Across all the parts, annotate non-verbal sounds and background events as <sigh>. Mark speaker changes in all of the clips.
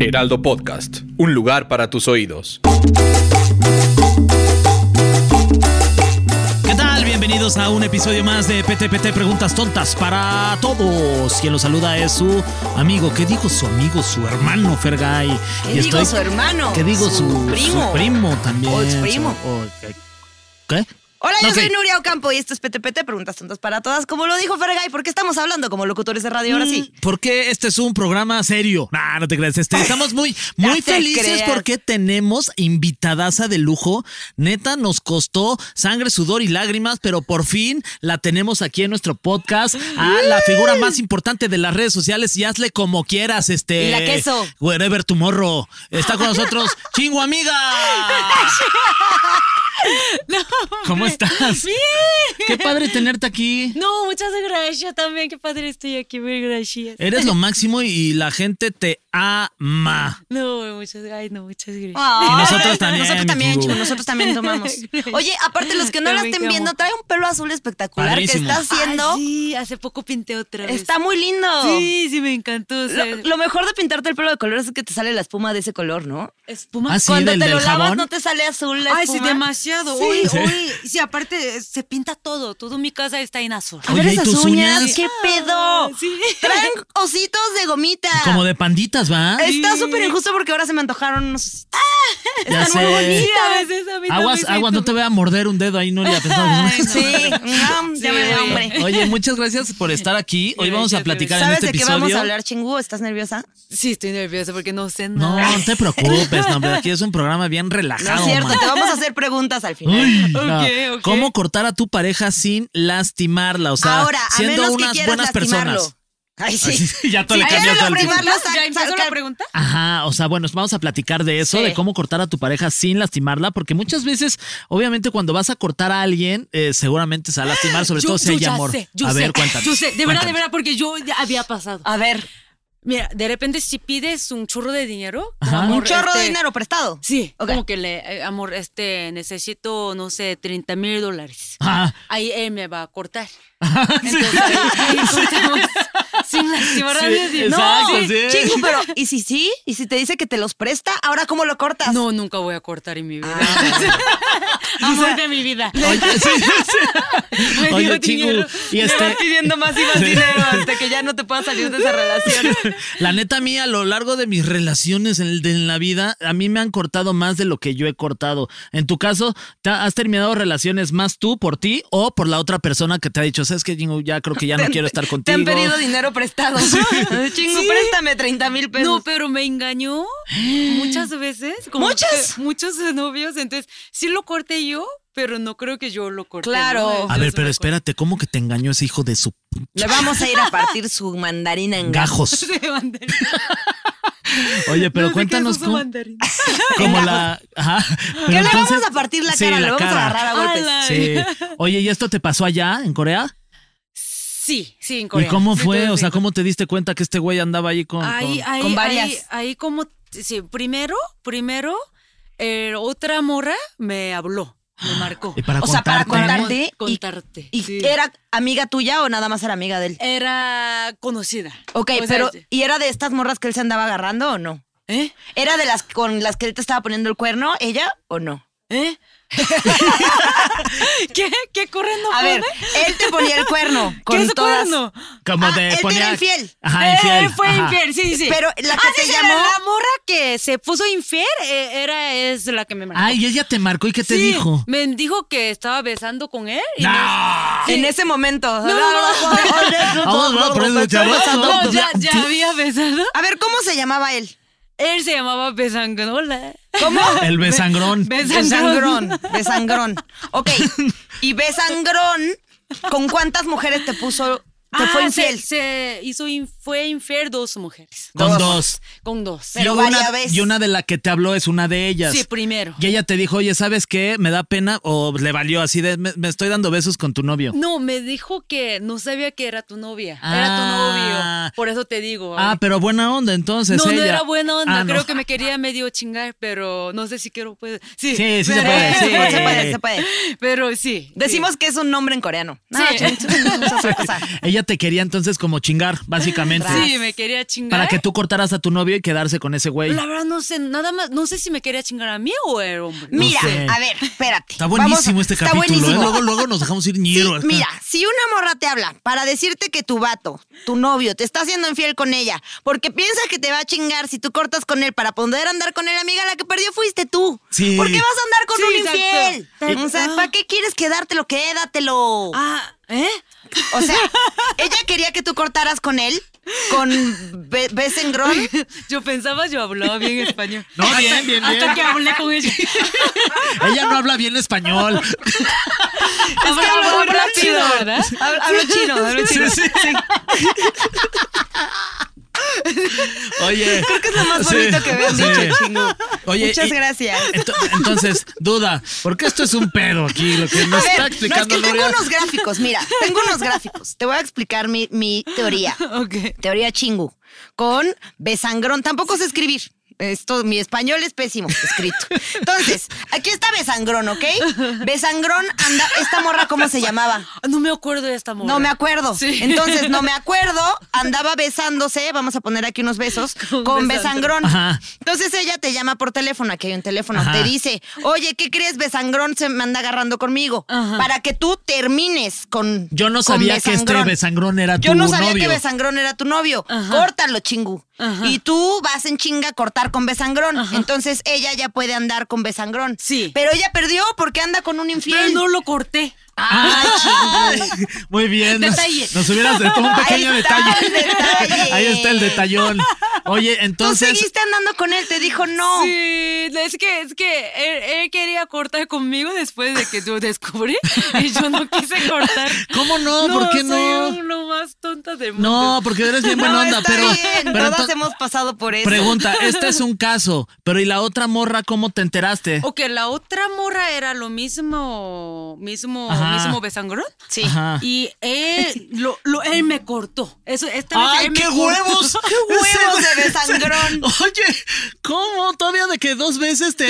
Speaker 1: Heraldo Podcast, un lugar para tus oídos.
Speaker 2: ¿Qué tal? Bienvenidos a un episodio más de PTPT Preguntas Tontas para todos. Quien los saluda es su amigo. ¿Qué digo su amigo? Su hermano Fergay.
Speaker 3: ¿Qué
Speaker 2: Y
Speaker 3: digo
Speaker 2: estoy-
Speaker 3: su hermano?
Speaker 2: ¿Qué digo su, su primo?
Speaker 3: primo.
Speaker 2: también.
Speaker 3: O
Speaker 2: su-
Speaker 3: primo.
Speaker 2: o- ¿Qué?
Speaker 3: Hola, yo
Speaker 2: Ok.
Speaker 3: soy Nuria Ocampo y esto es PTPT, preguntas tontas para todas. Como lo dijo Fergay, ¿por qué estamos hablando como locutores de radio ahora sí?
Speaker 2: Porque Mm, este es un programa serio. Nah, no te creas. Este, estamos
Speaker 3: <laughs>
Speaker 2: muy, muy
Speaker 3: No te
Speaker 2: felices
Speaker 3: creas.
Speaker 2: porque tenemos invitadaza de lujo. Neta, nos costó sangre, sudor y lágrimas, pero por fin la tenemos aquí en nuestro podcast. A
Speaker 3: Mm.
Speaker 2: la figura más importante de las redes sociales y hazle como quieras, este.
Speaker 3: Y la queso.
Speaker 2: Wherever tomorrow. Está
Speaker 3: <laughs>
Speaker 2: con nosotros Chingo Amiga. ¿Cómo estás?
Speaker 4: Bien.
Speaker 2: Qué padre tenerte aquí.
Speaker 4: No, muchas gracias también. Qué padre estoy aquí. Muy gracias.
Speaker 2: Eres lo máximo y la gente te ama.
Speaker 4: No, muchas, ay, no, muchas gracias.
Speaker 3: Ah,
Speaker 2: Y nosotros también,
Speaker 3: Nosotros también,
Speaker 2: mi
Speaker 3: chico,
Speaker 2: Hugo.
Speaker 3: nosotros
Speaker 2: <laughs>
Speaker 3: también tomamos. Oye, aparte los que no la
Speaker 4: También
Speaker 3: estén
Speaker 4: como.
Speaker 3: viendo, trae un pelo azul espectacular
Speaker 2: Padrísimo.
Speaker 3: que está haciendo.
Speaker 4: Ay, Ah, sí, hace poco pinté otra vez.
Speaker 3: Está muy lindo.
Speaker 4: Sí, sí, me encantó. o sea,
Speaker 3: Lo, lo mejor de pintarte el pelo de color es que te sale la espuma de ese color, ¿no?
Speaker 4: espuma.
Speaker 2: Ah, sí,
Speaker 3: Cuando
Speaker 2: del-
Speaker 3: te lo
Speaker 2: del
Speaker 3: lavas
Speaker 2: jabón.
Speaker 3: no te sale azul la
Speaker 4: Ay, Ah, sí,
Speaker 3: espuma.
Speaker 4: demasiado.
Speaker 3: Sí.
Speaker 4: Hoy, hoy, sí, aparte eh, se pinta todo. Todo mi casa está en azul.
Speaker 3: A ver
Speaker 2: Oye, ¿y
Speaker 3: esas
Speaker 2: tus
Speaker 3: uñas,
Speaker 2: uñas?
Speaker 3: qué pedo.
Speaker 4: sí.
Speaker 3: Traen ositos de gomita.
Speaker 2: <laughs> Como de panditas, ¿va?
Speaker 3: Está súper injusto porque ahora se me antojaron unos ositos.
Speaker 2: Ya
Speaker 3: Están muy
Speaker 2: sé.
Speaker 4: Sí, a veces a mí
Speaker 2: Aguas,
Speaker 4: también me
Speaker 2: aguas, no te voy a morder un dedo ahí, no le pensado.
Speaker 3: Sí, mm, <laughs> ya me dio
Speaker 4: oye.
Speaker 2: <laughs>
Speaker 3: hambre.
Speaker 2: Oye, muchas gracias por estar aquí. Hoy vamos a
Speaker 4: Gracias,
Speaker 2: platicar en
Speaker 3: ¿Sabes
Speaker 2: este
Speaker 3: de qué vamos a
Speaker 2: episodio.
Speaker 3: hablar, chingú? ¿Estás nerviosa?
Speaker 4: Sí, estoy nerviosa porque no sé
Speaker 2: No,
Speaker 4: nada.
Speaker 2: no te preocupes, no,
Speaker 3: <laughs>
Speaker 2: hombre, aquí es un programa bien
Speaker 3: No
Speaker 2: relajado.
Speaker 3: es cierto,
Speaker 2: man.
Speaker 3: te vamos a hacer preguntas al final.
Speaker 2: Uy,
Speaker 4: Ok,
Speaker 2: no.
Speaker 4: ok.
Speaker 2: ¿Cómo cortar a tu pareja sin lastimarla? O sea,
Speaker 3: Ahora, a
Speaker 2: siendo
Speaker 3: menos que
Speaker 2: unas
Speaker 3: quieras
Speaker 2: buenas
Speaker 3: lastimarlo.
Speaker 2: personas.
Speaker 3: Ay,
Speaker 2: Ay,
Speaker 3: sí.
Speaker 2: sí, ya te
Speaker 3: Sí,
Speaker 2: le
Speaker 3: ¿quieres
Speaker 2: cambiaste al
Speaker 3: lastimarlo?
Speaker 2: tipo.
Speaker 3: sa-
Speaker 4: ¿Ya empiezo
Speaker 3: sacar-
Speaker 4: la pregunta?
Speaker 2: Ajá, o sea, bueno, vamos a platicar de eso,
Speaker 3: Sí.
Speaker 2: de cómo cortar a tu pareja sin lastimarla, porque muchas veces, obviamente, cuando vas a cortar a alguien, eh, seguramente se va a lastimar, sobre todo si hay
Speaker 4: ya
Speaker 2: amor.
Speaker 4: sé, yo
Speaker 2: a
Speaker 4: sé,
Speaker 2: ver, cuéntame.
Speaker 4: Yo sé, de verdad, de
Speaker 2: cuéntame.
Speaker 4: verdad, porque yo ya había pasado.
Speaker 3: A ver,
Speaker 4: Mira, de repente si pides un chorro de dinero,
Speaker 2: Ajá.
Speaker 3: un
Speaker 4: amor,
Speaker 3: chorro de
Speaker 4: este,
Speaker 3: dinero prestado.
Speaker 4: Sí,
Speaker 3: Ok.
Speaker 4: como que le, eh, amor, este, necesito, no sé, 30 mil dólares.
Speaker 2: Ajá.
Speaker 4: Ahí él me va
Speaker 2: <laughs>
Speaker 4: a cortar. Entonces, ahí cortamos sin lastimar a
Speaker 2: Sí,
Speaker 4: nadie.
Speaker 2: exacto,
Speaker 4: no,
Speaker 2: pues sí.
Speaker 3: Chingo, pero ¿y si sí? ¿Y si te dice que te los presta? ¿Ahora cómo lo cortas?
Speaker 4: No, nunca voy a cortar en mi vida.
Speaker 3: Ah.
Speaker 4: <laughs> amor de mi vida.
Speaker 2: Oye, sí, sí.
Speaker 4: <laughs> Me
Speaker 2: Oye,
Speaker 4: dio
Speaker 2: chingu.
Speaker 4: dinero.
Speaker 2: Y este,
Speaker 3: pidiendo más y
Speaker 2: <laughs>
Speaker 3: más dinero hasta que ya no te puedas salir de
Speaker 4: <laughs>
Speaker 3: esa relación.
Speaker 2: la neta mía, a lo largo de mis relaciones en, de- en la vida, a mí me han cortado más de lo que yo he cortado. En tu caso, ¿te ¿has terminado relaciones más tú por ti o por la otra persona que te ha dicho, sabes que ya creo que ya no quiero estar
Speaker 3: Te
Speaker 2: contigo?
Speaker 3: han pedido dinero prestado. <laughs> Chingo, préstame 30 mil pesos.
Speaker 4: No, pero me engañó muchas veces. como
Speaker 3: ¿Muchas?
Speaker 4: que- muchos novios. Entonces, sí lo corté yo, pero no creo que yo lo corté.
Speaker 3: Claro.
Speaker 4: ¿no?
Speaker 2: A
Speaker 4: Entonces, <laughs>
Speaker 2: ver, pero
Speaker 4: me
Speaker 2: espérate, ¿cómo que te engañó ese hijo de su
Speaker 3: Le vamos a ir
Speaker 2: <laughs>
Speaker 3: a partir su mandarina en
Speaker 2: gajos?
Speaker 4: corté de mandarina.
Speaker 2: Oye, pero
Speaker 4: No sé qué
Speaker 2: cuéntanos
Speaker 4: es oso
Speaker 2: cómo, <laughs>
Speaker 4: mandarín.
Speaker 2: cómo la. Ajá.
Speaker 3: Que
Speaker 2: Pero
Speaker 3: le
Speaker 2: entonces-
Speaker 3: vamos a partir la
Speaker 2: Sí,
Speaker 3: cara, le vamos
Speaker 2: cara.
Speaker 3: a agarrar a golpes.
Speaker 4: Ala.
Speaker 2: Sí. Oye, ¿y esto te pasó allá en Corea?
Speaker 4: Sí, sí, en Corea.
Speaker 2: ¿Y cómo
Speaker 4: Sí,
Speaker 2: fue?
Speaker 4: todo
Speaker 2: O sea,
Speaker 4: bien.
Speaker 2: ¿cómo te diste cuenta que este güey andaba ahí con.
Speaker 4: ahí,
Speaker 2: con-
Speaker 4: ahí,
Speaker 3: con varias.
Speaker 4: Ahí, ahí como, sí, primero, primero, eh, otra morra me habló, me marcó.
Speaker 2: Y para
Speaker 3: O sea, para
Speaker 2: contarte,
Speaker 3: contarte.
Speaker 4: Para
Speaker 3: y-
Speaker 4: contarte.
Speaker 3: ¿Y
Speaker 4: sí. Eh,
Speaker 3: era amiga tuya o nada más era amiga de él?
Speaker 4: Era conocida.
Speaker 3: Ok,
Speaker 4: O sea,
Speaker 3: pero ¿y era de estas morras que él se andaba agarrando o no?
Speaker 4: ¿Eh?
Speaker 3: ¿Era de las con las que él te estaba poniendo el cuerno, ella o no? <laughs>
Speaker 4: ¿Eh? ¿Qué? ¿Qué corren no
Speaker 3: A
Speaker 4: <laughs>
Speaker 3: ver,
Speaker 4: puede?
Speaker 3: él te ponía el cuerno. Con
Speaker 4: ¿Qué es
Speaker 3: todas-
Speaker 4: cuerno?
Speaker 2: Como
Speaker 3: Ah,
Speaker 2: de
Speaker 3: él te
Speaker 2: ponía-
Speaker 3: era infiel.
Speaker 2: Ajá,
Speaker 4: Eh,
Speaker 2: infiel.
Speaker 4: fue
Speaker 2: ajá.
Speaker 4: infiel, sí, sí.
Speaker 3: Pero la que
Speaker 4: Ah,
Speaker 3: te
Speaker 4: sí, era
Speaker 3: llamó-
Speaker 4: La morra que se puso infiel eh, era, es la que me marcó.
Speaker 2: Ay, ella te marcó y qué te
Speaker 4: Sí,
Speaker 2: dijo.
Speaker 4: Me dijo que estaba besando con él. Y
Speaker 2: ¡No!
Speaker 3: En ese momento.
Speaker 2: Vamos, vamos, por eso, chavos,
Speaker 4: No,
Speaker 2: no, Pues
Speaker 4: ya,
Speaker 2: ya-
Speaker 4: ya había besado.
Speaker 3: <laughs> A ver, ¿cómo se llamaba él?
Speaker 4: Él se llamaba Besangola. <laughs>
Speaker 3: ¿Cómo?
Speaker 2: El besangrón.
Speaker 3: Besangrón. Besangrón. Ok. Y Besangrón, ¿con cuántas mujeres te puso Te fue
Speaker 4: Ah,
Speaker 3: infiel.
Speaker 4: Se, se hizo in- fue infiel dos mujeres.
Speaker 2: Con
Speaker 3: Todas.
Speaker 2: dos.
Speaker 4: Con dos.
Speaker 3: Pero
Speaker 2: y,
Speaker 3: varias
Speaker 2: una,
Speaker 3: veces.
Speaker 2: y una de la que te habló es una de ellas.
Speaker 4: Sí, primero.
Speaker 2: Y ella te dijo, oye, ¿sabes qué? Me da pena o le valió así de, me, me estoy dando besos con tu novio.
Speaker 4: No, me dijo que no sabía que era tu novia.
Speaker 2: Ah.
Speaker 4: Era tu novio. Por eso te digo.
Speaker 2: Ah,
Speaker 4: ay.
Speaker 2: pero buena onda entonces.
Speaker 4: no, no
Speaker 2: ella.
Speaker 4: era buena onda.
Speaker 2: Ah, no.
Speaker 4: Creo que me quería medio chingar, pero no sé si quiero. Pues, <laughs> sí,
Speaker 2: Sí, sí se
Speaker 4: pero,
Speaker 2: puede, sí.
Speaker 3: Se puede, se puede, se puede.
Speaker 4: Pero sí.
Speaker 3: Decimos que es un nombre en coreano. Ah, No,
Speaker 4: Sí.
Speaker 3: chin, chin, chin,
Speaker 2: <laughs>
Speaker 3: otra cosa.
Speaker 2: Ella te quería entonces como chingar, básicamente.
Speaker 4: Sí, me quería chingar.
Speaker 2: Para que tú cortaras a tu novio y quedarse con ese güey.
Speaker 4: La verdad no sé, nada más, no sé si me quería chingar a mí o el hombre.
Speaker 3: Mira,
Speaker 2: sé.
Speaker 3: a ver, espérate.
Speaker 2: Está
Speaker 3: Vamos a-
Speaker 2: buenísimo este
Speaker 3: está
Speaker 2: capítulo. ¿eh?
Speaker 3: buenísimo.
Speaker 2: Luego, luego nos dejamos ir
Speaker 3: Sí,
Speaker 2: ñero. acá.
Speaker 3: <laughs> mira, si una morra te habla para decirte que tu vato, tu novio, te está haciendo infiel con ella, porque piensa que te va a chingar si tú cortas con él para poder andar con él, amiga, la que perdió fuiste tú.
Speaker 2: Sí.
Speaker 3: ¿Por qué vas a andar con
Speaker 4: Sí,
Speaker 3: un
Speaker 4: exacto.
Speaker 3: infiel?
Speaker 4: Exacto.
Speaker 3: O sea, ¿para qué quieres quedártelo? Quédatelo.
Speaker 4: Ah, ¿eh?
Speaker 3: O sea, ella quería que tú cortaras con él, con be-
Speaker 4: <laughs>
Speaker 3: Besengron.
Speaker 4: <laughs> Yo pensaba yo hablaba bien español.
Speaker 2: No, bien, bien, bien.
Speaker 4: Hasta que hablé con ella.
Speaker 2: Ella no habla bien español.
Speaker 4: Habla-
Speaker 3: hablo muy
Speaker 4: habla
Speaker 3: rápido.
Speaker 4: chido, ¿verdad?
Speaker 3: Hablo, hablo chino, hablo
Speaker 2: Sí,
Speaker 3: chino.
Speaker 2: sí. Oye. Creo que es lo
Speaker 3: más bonito que me han dicho, chingo.
Speaker 2: Oye,
Speaker 3: Muchas
Speaker 2: y-
Speaker 3: gracias.
Speaker 2: ento- entonces, duda, porque esto es un pedo aquí, lo que
Speaker 3: A
Speaker 2: nos
Speaker 3: ver,
Speaker 2: está
Speaker 3: no,
Speaker 2: explicando
Speaker 3: es que tengo
Speaker 2: Nuria.
Speaker 3: unos gráficos, mira, tengo unos gráficos. Te voy a explicar mi, mi teoría.
Speaker 4: <laughs> Ok.
Speaker 3: Teoría chingu. Con besangrón. Tampoco sé escribir. Esto, mi español es pésimo escrito. Entonces, aquí está Besangrón, ¿ok? Besangrón anda. ¿Esta morra cómo se llamaba?
Speaker 4: Ah, No me acuerdo de esta morra.
Speaker 3: No me acuerdo.
Speaker 4: Sí.
Speaker 2: <laughs>
Speaker 3: Entonces, no me acuerdo. Andaba besándose, vamos a poner aquí
Speaker 2: <laughs>
Speaker 3: unos besos, con,
Speaker 4: Con
Speaker 3: Besangrón.
Speaker 4: Besangrón.
Speaker 2: Ajá.
Speaker 3: Entonces ella te llama por teléfono, aquí hay un teléfono,
Speaker 2: Ajá.
Speaker 3: te dice, oye, ¿qué crees? Besangrón se me anda agarrando conmigo. Para que tú termines con.
Speaker 2: Yo no
Speaker 3: con
Speaker 2: sabía que este Besangrón era
Speaker 3: Yo
Speaker 2: tu
Speaker 3: no sabía que
Speaker 2: novio.
Speaker 3: Besangrón era tu novio. Córtalo, chingú. Y tú vas en chinga a cortar con Besangrón. Entonces ella ya puede andar con Besangrón.
Speaker 4: Sí.
Speaker 3: Pero ella perdió porque anda con un infiel.
Speaker 4: <laughs> Pero no lo corté.
Speaker 2: <laughs> Ay,
Speaker 3: <laughs>
Speaker 2: Muy bien. nos-
Speaker 4: Detalle.
Speaker 2: Nos, hubieras dado un pequeño
Speaker 3: Ahí está
Speaker 2: detalle.
Speaker 3: el detalle.
Speaker 2: Ahí está el detallón. Oye,
Speaker 3: Tú
Speaker 2: entonces.
Speaker 3: seguiste andando con él, te dijo no.
Speaker 4: Sí, es que, es que él, él quería cortar conmigo después de que yo descubrí <laughs> y yo no quise cortar.
Speaker 2: ¿Cómo no? ¿Por qué no?
Speaker 4: Soy lo más tonta del mundo.
Speaker 2: No, porque eres bien
Speaker 3: <laughs> No,
Speaker 2: buena onda,
Speaker 3: está
Speaker 2: pero.
Speaker 3: bien,
Speaker 2: pero
Speaker 3: todas
Speaker 2: entonces-
Speaker 3: hemos pasado por eso.
Speaker 2: Pregunta, este es un caso, pero ¿y la otra morra cómo te enteraste?
Speaker 4: Ok, la otra morra era lo mismo, mismo,
Speaker 2: Ajá.
Speaker 4: mismo besangrón.
Speaker 3: Sí.
Speaker 2: Ajá.
Speaker 4: Y él, lo, lo- él me cortó. Eso, esta vez
Speaker 2: ¡Ay,
Speaker 4: él me
Speaker 2: qué
Speaker 4: cortó.
Speaker 2: huevos! <laughs>
Speaker 3: ¡Qué huevos de besangrón!
Speaker 2: Oye, ¿cómo? Todavía de que dos veces
Speaker 3: <laughs>
Speaker 2: te.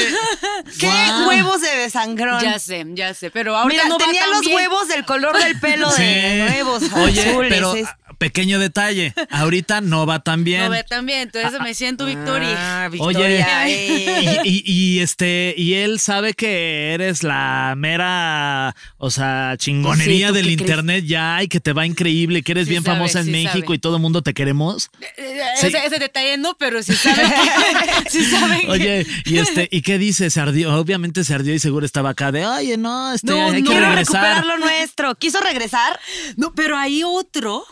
Speaker 3: ¡Qué
Speaker 2: Guau.
Speaker 3: huevos de besangrón!
Speaker 4: Ya sé, ya sé, pero ahora
Speaker 3: Mira,
Speaker 4: no va
Speaker 3: tenía
Speaker 4: tan
Speaker 3: los
Speaker 4: bien.
Speaker 3: huevos del color del pelo de
Speaker 2: Sí.
Speaker 3: huevos
Speaker 2: <laughs> Oye,
Speaker 3: azules.
Speaker 2: pero
Speaker 3: es-
Speaker 2: ah, pequeño detalle, ahorita no va tan bien.
Speaker 4: No ve tan bien, entonces me siento victoria.
Speaker 3: Ah, Victoria, eh.
Speaker 2: Oye, <laughs> y, y- y, este, y él sabe que eres la mera, o sea, chingonería
Speaker 4: Sí, ¿tú
Speaker 2: del
Speaker 4: qué crees?
Speaker 2: internet ya y que te va increíble, que eres
Speaker 4: Sí
Speaker 2: bien
Speaker 4: sabe,
Speaker 2: famosa en
Speaker 4: sí
Speaker 2: México
Speaker 4: sabe.
Speaker 2: y todo el mundo te queremos.
Speaker 4: Eh,
Speaker 2: Sí.
Speaker 4: Ese, ese detalle no, pero si saben <laughs> que, si saben que-
Speaker 2: Oye, y este, ¿y qué dice? Se ardió, obviamente se ardió y seguro estaba acá de, oye, no, este,
Speaker 4: No,
Speaker 2: hay
Speaker 4: no.
Speaker 2: que
Speaker 3: Quiero
Speaker 2: regresar.
Speaker 3: recuperar lo nuestro. ¿Quiso regresar?
Speaker 4: No, pero hay otro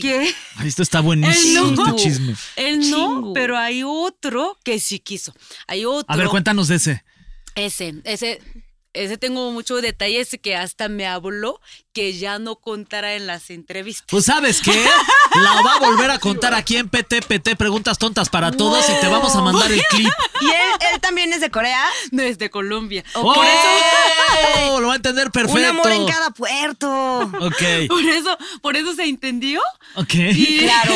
Speaker 4: que
Speaker 2: Ay, esto está buenísimo,
Speaker 4: él no.
Speaker 2: este chisme.
Speaker 4: Él no,
Speaker 3: Chingo.
Speaker 4: pero hay otro que sí quiso. Hay otro.
Speaker 2: A ver, cuéntanos de ese.
Speaker 4: Ese, ese, ese tengo muchos detalles que hasta me habló que ya no contara en las entrevistas. <laughs>
Speaker 2: Pues sabes qué, la va a volver a contar aquí en PTPT, preguntas tontas para todos y te vamos a mandar el clip. <laughs>
Speaker 3: ¿Y él, él también es de Corea?
Speaker 4: Desde Colombia.
Speaker 2: ¡Oh!
Speaker 4: Por eso.
Speaker 2: <laughs> Lo va a entender perfecto.
Speaker 3: Un amor en cada puerto.
Speaker 2: Ok,
Speaker 4: Por eso, por eso se entendió.
Speaker 2: ok. <laughs>
Speaker 4: Y-
Speaker 3: Claro.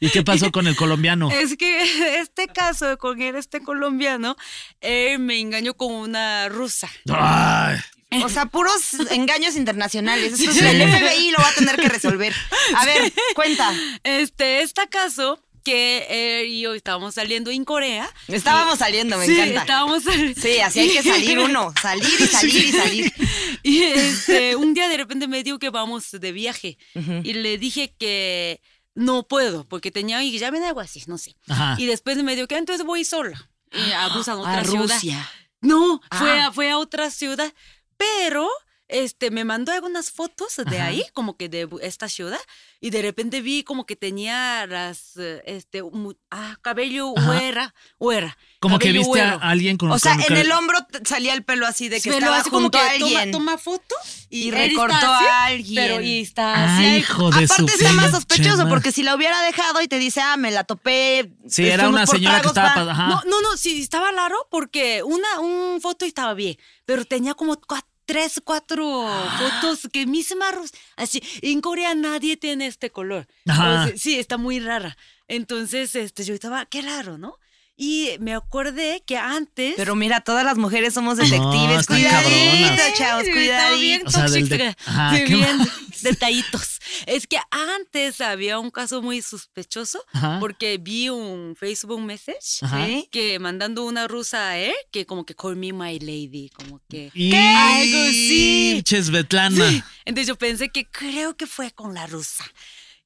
Speaker 2: ¿Y qué pasó con el colombiano?
Speaker 4: Es que <laughs> este caso con él, este colombiano, él me engañó con una rusa.
Speaker 2: Ay,
Speaker 3: O sea, puros engaños internacionales. Esto es
Speaker 2: Sí.
Speaker 3: el FBI lo va a tener que resolver. A ver, cuenta.
Speaker 4: Este, este caso que él y yo estábamos saliendo en Corea.
Speaker 3: Estábamos saliendo, me
Speaker 4: sí,
Speaker 3: encanta.
Speaker 4: estábamos saliendo.
Speaker 3: Sí, así hay que salir <laughs> uno. Salir y salir y salir.
Speaker 4: <laughs> Y este, un día de repente me dijo que vamos de viaje. Y le dije que no puedo, porque tenía un examen algo así, no sé.
Speaker 2: Ajá.
Speaker 4: Y después me dijo que "Ah, entonces voy sola. Y a Busan, otra
Speaker 3: A
Speaker 4: ciudad.
Speaker 3: Rusia.
Speaker 4: No, fue, a, fue a otra ciudad. Pero este, me mandó algunas fotos de
Speaker 2: Ajá.
Speaker 4: ahí, como que de bu- esta ciudad, y de repente vi como que tenía las, eh, este, mu- ah, cabello
Speaker 2: Ajá.
Speaker 4: huera, huera.
Speaker 2: Como que
Speaker 4: cabello
Speaker 2: viste a
Speaker 4: güero.
Speaker 2: alguien con
Speaker 3: O sea,
Speaker 2: con-
Speaker 3: en el hombro t- salía el pelo así de que
Speaker 4: Pero
Speaker 3: estaba
Speaker 4: así como
Speaker 3: junto
Speaker 4: que
Speaker 3: a alguien.
Speaker 4: toma, toma foto y,
Speaker 3: Y
Speaker 4: él está
Speaker 3: recortó
Speaker 4: así,
Speaker 3: a alguien.
Speaker 4: Pero y está así.
Speaker 2: Ay,
Speaker 4: ahí.
Speaker 2: hijo de su
Speaker 3: Aparte está más
Speaker 2: pinche
Speaker 3: sospechoso
Speaker 2: madre.
Speaker 3: porque si la hubiera dejado y te dice, ah, me la topé. este,
Speaker 2: Sí, era
Speaker 3: fuimos
Speaker 2: una
Speaker 3: por
Speaker 2: señora que
Speaker 3: tragos,
Speaker 2: estaba
Speaker 3: pa".
Speaker 2: pas- ajá.
Speaker 4: No, no, no, sí, estaba raro porque una un foto estaba bien, pero tenía como cua- tres, cuatro
Speaker 2: Ah.
Speaker 4: fotos que misma, ros- así, en Corea nadie tiene este color.
Speaker 2: Ajá.
Speaker 4: O sea, sí, está muy rara. Entonces, este, yo estaba, qué raro, ¿no? Y me acordé que antes...
Speaker 3: Pero mira, todas las mujeres somos
Speaker 2: No,
Speaker 3: detectives.
Speaker 2: están
Speaker 3: cuidadito,
Speaker 2: cabronas.
Speaker 3: chavos,
Speaker 4: Sí, estaba bien
Speaker 3: cuidadito.
Speaker 2: O sea, del
Speaker 4: tóxica,
Speaker 2: de- Ajá,
Speaker 4: sí,
Speaker 2: qué
Speaker 4: bien
Speaker 2: mal.
Speaker 4: <laughs> detallitos. Es que antes había un caso muy sospechoso
Speaker 2: Ajá.
Speaker 4: porque vi un Facebook message
Speaker 2: Ajá.
Speaker 4: ¿sí? que mandando una rusa a él que como que call me my lady, como que
Speaker 2: ¿Qué?
Speaker 4: Algo así.
Speaker 2: Svetlana.
Speaker 4: Sí. Entonces yo pensé que creo que fue con la rusa.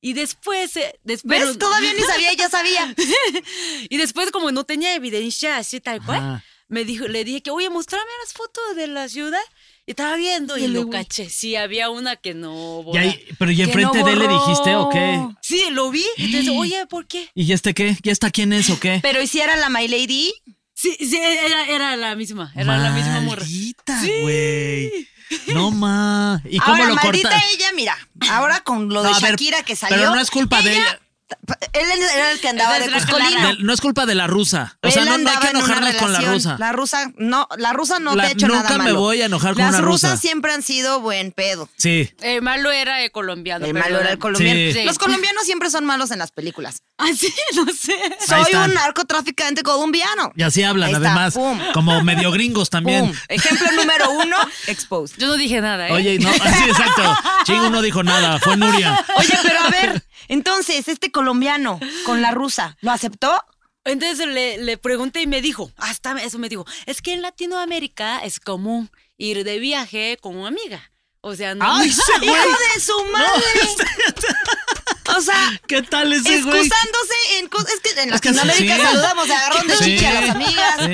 Speaker 4: Y después, eh, después
Speaker 3: ¿Ves? Todavía <laughs>
Speaker 4: <laughs>
Speaker 3: ni sabía, ya sabía.
Speaker 4: y después como no tenía evidencia así tal cual,
Speaker 2: Ajá.
Speaker 4: me dijo, le dije que, oye, mostrame las fotos de la ciudad. Y estaba viendo y, lo caché. Sí, había una que no
Speaker 2: Y
Speaker 4: borra-
Speaker 2: ahí- pero ¿y
Speaker 4: que
Speaker 2: enfrente
Speaker 4: no
Speaker 2: de él le
Speaker 4: borró.
Speaker 2: dijiste o qué?
Speaker 4: Sí, lo vi.
Speaker 2: <gasps>
Speaker 4: Entonces, oye, ¿por qué?
Speaker 2: ¿Y este qué? ¿Y esta quién es o qué?
Speaker 3: Pero ¿y si era la My Lady?
Speaker 4: Sí, sí, era, era la misma. Era la misma morra.
Speaker 2: Maldita, güey.
Speaker 3: <laughs>
Speaker 2: No ma. ¿Y cómo
Speaker 3: ahora,
Speaker 2: lo
Speaker 3: maldita
Speaker 2: corta?
Speaker 3: ella, mira, ahora con lo de
Speaker 2: No, a ver,
Speaker 3: Shakira que salió.
Speaker 2: Pero no es culpa de ella.
Speaker 3: Él era el que andaba
Speaker 4: Esa
Speaker 3: de
Speaker 4: es la
Speaker 3: Cuscolina.
Speaker 4: clara.
Speaker 2: Del- no es culpa de la rusa. O sea,
Speaker 3: Él
Speaker 2: no, no hay
Speaker 3: andaba
Speaker 2: que
Speaker 3: en una
Speaker 2: enojarnos con la
Speaker 3: relación.
Speaker 2: rusa.
Speaker 3: La rusa, no, la rusa no
Speaker 2: La-
Speaker 3: te ha hecho
Speaker 2: nunca
Speaker 3: nada
Speaker 2: me
Speaker 3: malo.
Speaker 2: voy a enojar con
Speaker 3: Las
Speaker 2: una rusa.
Speaker 3: rusas siempre han sido buen pedo.
Speaker 2: Sí.
Speaker 4: El Eh, malo era Eh, el colombiano.
Speaker 3: El malo era el
Speaker 4: perdón.
Speaker 3: colombiano.
Speaker 2: Sí.
Speaker 3: Los colombianos siempre son malos en las películas.
Speaker 4: <laughs> Ah, sí, no sé.
Speaker 2: Ahí
Speaker 3: Soy
Speaker 2: está.
Speaker 3: un narcotraficante colombiano.
Speaker 2: Y así hablan
Speaker 3: Ahí está,
Speaker 2: además.
Speaker 3: pum.
Speaker 2: Como medio gringos también.
Speaker 3: Pum. Ejemplo
Speaker 2: <laughs>
Speaker 3: número uno, exposed.
Speaker 4: Yo no dije nada, ¿eh?
Speaker 2: Oye,
Speaker 3: <laughs>
Speaker 2: no, así exacto. Chingo no dijo nada, fue Nuria.
Speaker 3: Oye, pero a ver, entonces, este colombiano con la rusa, ¿lo aceptó?
Speaker 4: Entonces le, le pregunté y me dijo, hasta eso me dijo, es que en Latinoamérica es común ir de viaje con una amiga. O sea, no.
Speaker 2: Ay, Ah, <laughs> ese
Speaker 3: ¡Hijo
Speaker 2: güey. este-
Speaker 3: de su
Speaker 2: <laughs>
Speaker 3: madre! O sea,
Speaker 2: ¿Qué tal ese güey?
Speaker 3: excusándose en cos- es que en
Speaker 2: Es que sí,
Speaker 3: Latinoamérica
Speaker 2: sí.
Speaker 3: saludamos a agarrón de
Speaker 2: Sí.
Speaker 3: chicha a las amigas.